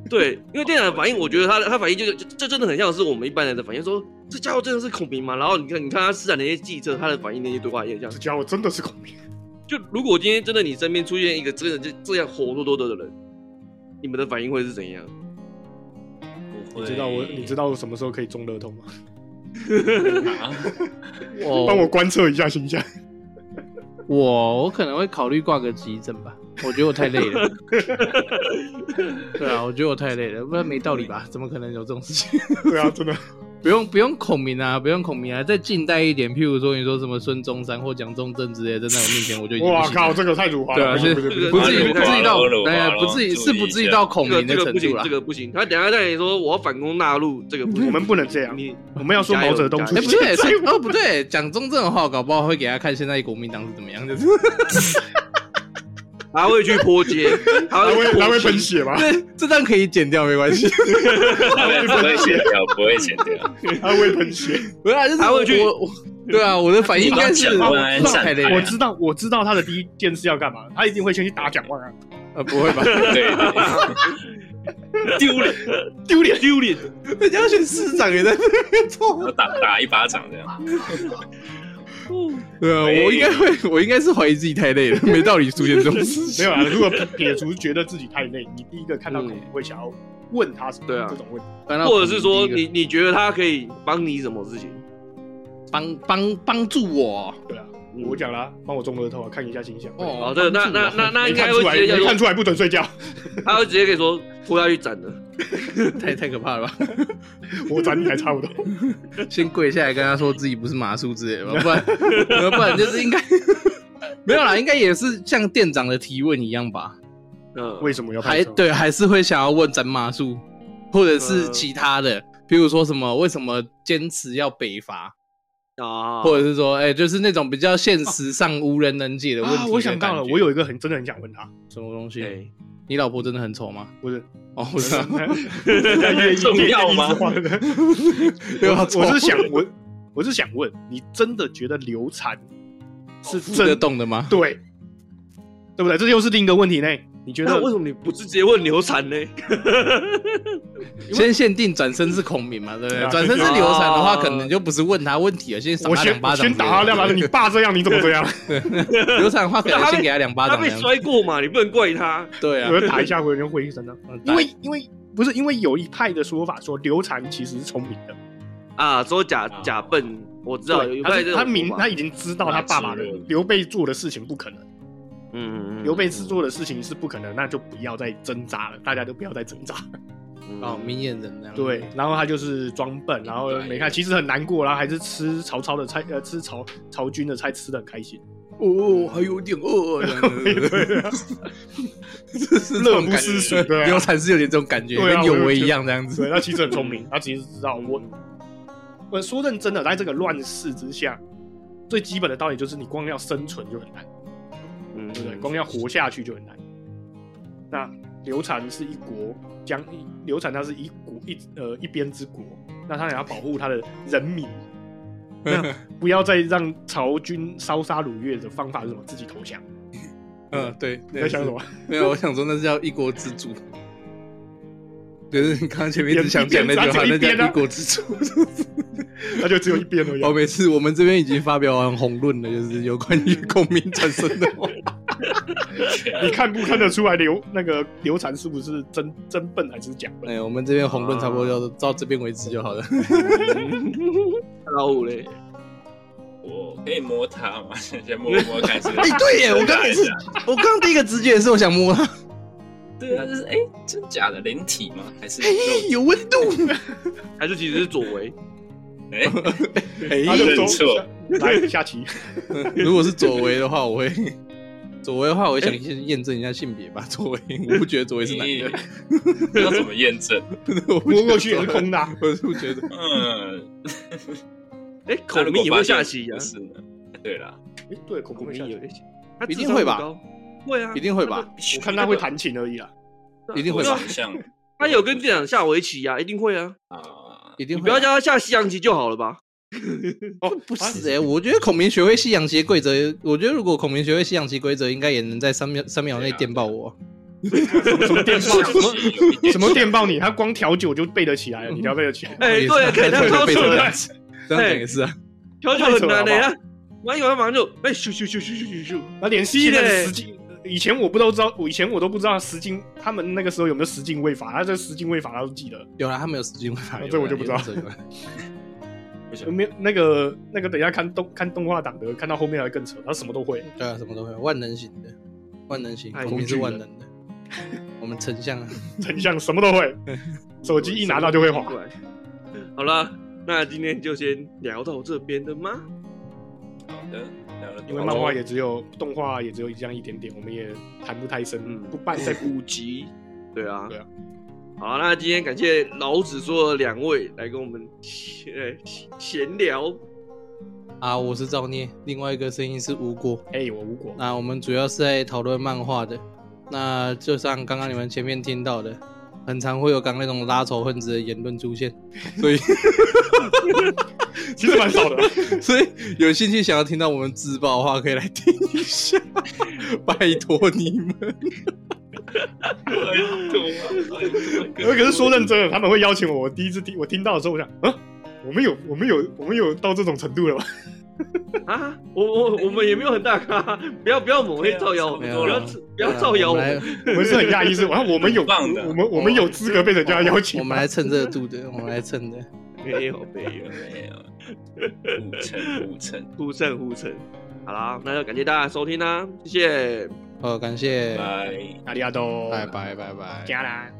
Speaker 1: 对，因为店长的反应，我觉得他的他反应就是这这真的很像是我们一般人的反应，说这家伙真的是孔明嘛，然后你看你看他施展的那些计策，他的反应那些对话也很像
Speaker 5: 这。家伙真的是孔明。
Speaker 1: 就如果今天真的你身边出现一个真的就这样活脱脱的人，你们的反应会是怎样？
Speaker 2: 不会
Speaker 5: 你知道我 你知道我什么时候可以中乐透吗？
Speaker 2: 啊
Speaker 4: 我
Speaker 5: 帮我观测一下星象。
Speaker 4: 我我可能会考虑挂个急诊吧，我觉得我太累 了。对啊，我觉得我太累了，不然没道理
Speaker 1: 嗯
Speaker 4: 吧？怎么可能有这种事 情？
Speaker 5: 对啊，真 的。
Speaker 4: 不用不用孔明啊，不用孔明啊，再近代一点，譬如说你说什么孙中山或蒋中正之类的，在我面前我就已经不
Speaker 5: 哇
Speaker 4: 行了
Speaker 5: 靠，这个太辱华
Speaker 4: 对啊，
Speaker 5: 了！
Speaker 4: 是
Speaker 5: 不是不是
Speaker 1: 这
Speaker 4: 不
Speaker 1: 个
Speaker 4: 至于
Speaker 1: 这
Speaker 4: 不
Speaker 1: 个
Speaker 4: 至于到
Speaker 2: 这，个
Speaker 4: 哎呀，
Speaker 2: 这个
Speaker 4: 不至于是不至于到孔
Speaker 1: 这个
Speaker 4: 明的
Speaker 1: 这个
Speaker 4: 程
Speaker 1: 不
Speaker 4: 度
Speaker 1: 行，
Speaker 4: 啦
Speaker 1: 这。个不行。他等一下再说我要反攻大陆，这个不行。
Speaker 5: 我们不能这样
Speaker 1: 你
Speaker 5: 我们要说毛泽东
Speaker 1: 加
Speaker 5: 出
Speaker 1: 油
Speaker 4: 哎，
Speaker 1: 加油
Speaker 4: 不对，是哦不对，蒋中正的话，搞不好会给他看现在国民党是怎么 样的。
Speaker 1: 他会去泼街，他
Speaker 5: 哎他 会
Speaker 1: 去
Speaker 5: 他会
Speaker 1: 泼街
Speaker 5: 喷血吗？
Speaker 4: 这这段可以剪掉，没 关系。
Speaker 2: 不会剪掉，不会剪掉。
Speaker 5: 他会喷血。
Speaker 4: 不是啊，就是
Speaker 1: 他会
Speaker 4: 我
Speaker 1: 去
Speaker 4: 我我对啊，我的反应应该是
Speaker 2: 你刚讲完
Speaker 4: 我太累
Speaker 2: 哎呀
Speaker 4: 了
Speaker 5: 我知道我知道他的第一件事要干嘛，他一定会先去打蒋万安，
Speaker 4: 呃，不会吧？
Speaker 2: 对，
Speaker 1: 丢脸，
Speaker 5: 丢脸。
Speaker 1: 丢脸。
Speaker 4: 人家要选市长也在那边做
Speaker 2: 我。打打一巴掌这样。
Speaker 4: 对啊，我应该会，我应该是怀疑自己太累 了，没道理出现这种 事
Speaker 5: 没
Speaker 4: 情。
Speaker 5: 有啊，如果撇除觉得自己太累，你第一个看到孔明会想要问他什么？
Speaker 1: 对啊
Speaker 5: 这种问题。
Speaker 4: 翻到
Speaker 1: 或者是说
Speaker 4: 孔明第一
Speaker 1: 你你觉得他可以帮你什么事情？
Speaker 4: 个帮帮帮助我
Speaker 5: 对啊，我讲啦，帮我中乐透啊，看一下星象。
Speaker 4: 哦
Speaker 1: 好的，那那那那
Speaker 5: 没
Speaker 1: 应
Speaker 5: 看
Speaker 1: 该
Speaker 5: 出
Speaker 1: 会
Speaker 5: 来，
Speaker 1: 直接
Speaker 5: 没
Speaker 1: 叫
Speaker 5: 看
Speaker 1: 做，
Speaker 5: 出来不准睡觉，
Speaker 1: 他会直接跟你说拖下去斩的。
Speaker 4: 太太可怕了吧？
Speaker 5: 我斩你还差不多。
Speaker 4: 先跪下来跟他说自己不是马术之类的吧，不然不然就是应该 没有啦，应该也是像店长的提问一样吧？
Speaker 1: 嗯，
Speaker 5: 为什么要拍
Speaker 4: 还
Speaker 5: 照？
Speaker 4: 对，还是会想要问斩马术，或者是
Speaker 1: 呃
Speaker 4: 其他的，比如说什么为什么坚持要北伐，
Speaker 1: 啊？
Speaker 4: 或者是说，哎、就是那种比较现实上无人能解的问题的
Speaker 5: 啊，
Speaker 4: 感觉、
Speaker 5: 我想到了，我有一个很真的很想问他，
Speaker 4: 什么东西？
Speaker 1: 哎
Speaker 4: 你老婆真的很丑吗？
Speaker 5: 不是
Speaker 4: 哦，我知道，
Speaker 2: 重要吗
Speaker 4: 对啊吧
Speaker 5: 我我是想问，我是想问，你真的觉得流产是
Speaker 4: 哦付得
Speaker 5: 真
Speaker 4: 动的吗？
Speaker 5: 对，对不对？这又是另一个问题呢。你觉
Speaker 1: 那
Speaker 5: 得
Speaker 1: 为什么你不直接问流产呢？
Speaker 4: 先限定转身是孔明嘛，对不对
Speaker 5: 对？啊
Speaker 4: 转身是流产的话，
Speaker 1: 啊
Speaker 4: 可能就不是问他问题了，先赏
Speaker 5: 我
Speaker 4: 他两
Speaker 5: 先
Speaker 4: 巴掌之
Speaker 5: 先
Speaker 4: 类的。
Speaker 5: 打他两巴掌？你爸这样你怎么这样？
Speaker 4: 流产的话，可能
Speaker 1: 他被
Speaker 4: 先给他两巴
Speaker 1: 他
Speaker 4: 掌这
Speaker 1: 被
Speaker 4: 样。
Speaker 1: 摔过嘛，你不能怪他。
Speaker 4: 对啊
Speaker 5: 我，就打一下回人回一声呢。
Speaker 4: 嗯
Speaker 5: 因为因为不是因为有一派的说法说流产其实是聪明的，
Speaker 1: 啊，说假假笨，我知道有
Speaker 5: 对
Speaker 1: 一
Speaker 5: 他
Speaker 1: 派
Speaker 5: 是
Speaker 1: 这
Speaker 5: 他
Speaker 1: 种
Speaker 5: 明
Speaker 1: 说法
Speaker 5: 他已经知道他爸爸的
Speaker 2: 他知道
Speaker 5: 刘备做的事情不可能，
Speaker 1: 嗯，嗯
Speaker 5: 刘备做的事情是不可能，那就不要再挣扎了，大家都不要再挣扎。
Speaker 1: 嗯
Speaker 4: 哦，明眼人那样。
Speaker 5: 对，，然后他就是装笨，然后没看，其实很难过，然后还是吃曹操的菜，呃，吃曹曹军的菜吃的很 开心，
Speaker 4: 哦，还有点饿，这样 子这 是这
Speaker 5: 啊乐
Speaker 4: 种
Speaker 5: 不
Speaker 4: 感
Speaker 5: 思蜀
Speaker 4: 觉
Speaker 5: 对啊
Speaker 4: 刘禅是有点这种感觉，
Speaker 5: 对啊
Speaker 4: 跟有
Speaker 5: 我
Speaker 4: 为
Speaker 5: 也觉
Speaker 4: 一
Speaker 5: 得
Speaker 4: 样这样
Speaker 5: 对，
Speaker 4: 子。
Speaker 5: 他其实很聪明，他其实知道我，我说认真的，在这个乱世之下，最基本的道理就是你光要生存就很难，
Speaker 1: 嗯
Speaker 5: 对不对？光要活下去就很难。那刘禅是一国将，刘禅他是一国一呃一边之国，那他也要保护他的人民，那不要再让曹军烧杀掳掠的方法是什么？自己投降。
Speaker 4: 嗯，对，
Speaker 5: 你在想什么？
Speaker 4: 没有，我想说那是叫一国之主。就是你刚刚前面一直想讲那句话，
Speaker 5: 一
Speaker 4: 那
Speaker 5: 边一边
Speaker 4: 叫一国之主。
Speaker 5: 那就只有一边而已啊
Speaker 4: 哦，。每次我们这边已经发表完宏论了，就是有关于孔明产生的 话。
Speaker 5: 你看不看得出来刘那个刘禅是不是真真笨还是假笨？
Speaker 4: 哎，我们这边宏论差不多要到这边为止就好了。
Speaker 1: 老五嘞，
Speaker 2: 我可以摸它吗？先摸摸看是。
Speaker 4: 哎，对耶，我刚才是， 我刚刚第一个直觉也是我想摸它，
Speaker 2: 对啊，就是哎，真假的灵体吗？还是
Speaker 4: 嘿，有温度。
Speaker 1: 还是其实是左为，
Speaker 2: 哎，
Speaker 4: 哎
Speaker 5: 他就
Speaker 2: 认
Speaker 5: 走
Speaker 2: 错
Speaker 5: 来下棋，
Speaker 4: 如果是左为的话，我会左为的话，我想先验证一下性别吧。左为，我不觉得左为是男的，
Speaker 2: 不知道怎么验证。
Speaker 4: 我不觉
Speaker 5: 摸
Speaker 4: 得
Speaker 5: 过 去也是空的啊。
Speaker 4: 我是不觉得。
Speaker 2: 嗯，
Speaker 1: 哎，孔明也会下棋啊呀
Speaker 2: 不，是呢？对啦，
Speaker 5: 哎对，孔
Speaker 1: 孔
Speaker 5: 明
Speaker 1: 明
Speaker 5: 下
Speaker 1: 也
Speaker 5: 棋，
Speaker 1: 会下，他
Speaker 4: 一定
Speaker 1: 智商
Speaker 4: 会
Speaker 1: 很
Speaker 4: 吧
Speaker 1: 高？会啊，
Speaker 4: 一定会吧
Speaker 5: 我看他会弹琴而已啊啦。
Speaker 1: 他的，
Speaker 4: 一定会
Speaker 1: 对
Speaker 4: 吧
Speaker 1: 啊
Speaker 2: 长相
Speaker 1: 他有跟店长下围棋呀，一定会啊，
Speaker 2: 啊，
Speaker 4: 一定
Speaker 1: 你
Speaker 4: 会
Speaker 1: 不要叫他下西洋棋就好了吧？
Speaker 5: 哦，不
Speaker 4: 不是哎、我觉得孔明学会西洋棋规则，我觉得如果孔明学会西洋棋规则，应该也能在三秒三秒
Speaker 1: 啊
Speaker 4: 内电爆我。
Speaker 5: 什么电
Speaker 2: 上
Speaker 5: 报？
Speaker 2: 棋 有一点
Speaker 5: 什么电报你？他光调酒就背得起来了， 你调背得起来？
Speaker 1: 哎，
Speaker 4: 也是
Speaker 1: 对啊， 看他
Speaker 4: 他
Speaker 1: 超
Speaker 4: 被
Speaker 1: 扯
Speaker 4: 这
Speaker 1: 的
Speaker 4: 样，子，这样讲也是啊。
Speaker 1: 小小很难的
Speaker 5: 太扯了
Speaker 1: 呀
Speaker 5: 好，
Speaker 1: 玩一玩马上就哎咻咻咻咻咻咻咻，
Speaker 5: 那连西那
Speaker 1: 对
Speaker 5: 个十进，以前我不都知道，我以前我都不知道十进，他们那个时候有没有十进位法？他这十进位法他都记得，
Speaker 4: 有啦，他没有时间玩法，
Speaker 5: 啊这我就不知道
Speaker 4: 有啦。 有啦
Speaker 5: 没有那个那个，等一下看动看动画档的，看到后面还更扯，他什么都会。
Speaker 4: 对啊，什么都会，万能型的，万能型，
Speaker 1: 哎
Speaker 4: 孔明是万能的。我们丞相啊，
Speaker 5: 丞相什么都 会，手机一拿到就会滑。
Speaker 1: 过来。好了，那今天就先聊到这边的吗？
Speaker 2: 好的，聊了多久
Speaker 5: 因为漫画也只有动画也只有这样一点点，我们也谈不太深，不办再不
Speaker 1: 五集，对啊，
Speaker 5: 对啊。
Speaker 1: 好，那今天感谢老子座的两位来跟我们闲呃闲闲聊，
Speaker 4: 啊，我是造孽，另外一个声音是吴果。
Speaker 5: 哎，我无果，
Speaker 4: 那我们主要是在讨论漫画的，那就像刚刚你们前面听到的，很常会有刚那种拉仇恨值的言论出现，所以
Speaker 5: 其实蛮少的。
Speaker 4: 所以有兴趣想要听到我们自爆的话，可以来听一下，拜托你们。
Speaker 2: 哎
Speaker 5: 哎可是说认真的，他们会邀请我，我第一次听我听到的时候，我想，啊，我们有我们有我们有到这种程度了吗？
Speaker 1: 啊，我 我我们也没有很大咖，不要不要抹黑
Speaker 2: 对啊
Speaker 1: 造谣我
Speaker 2: 差
Speaker 1: 们，
Speaker 4: 不多
Speaker 1: 不要
Speaker 4: 了
Speaker 1: 不要造谣我
Speaker 4: 啊来
Speaker 1: 们，，
Speaker 5: 我们是很讶异，是然后我们有
Speaker 2: 很棒的
Speaker 5: 我们我们有资格被人家邀请吗。
Speaker 4: 我们来蹭热度的，我们来蹭的。
Speaker 1: 没有没有，
Speaker 2: 没有，五成五成，
Speaker 1: 互蹭互蹭。好啦，那就感谢大家收听啦，谢谢。
Speaker 4: 哦，感谢，
Speaker 2: 拜。
Speaker 5: 阿里阿多，
Speaker 4: 哎拜拜拜拜。
Speaker 5: 加啦。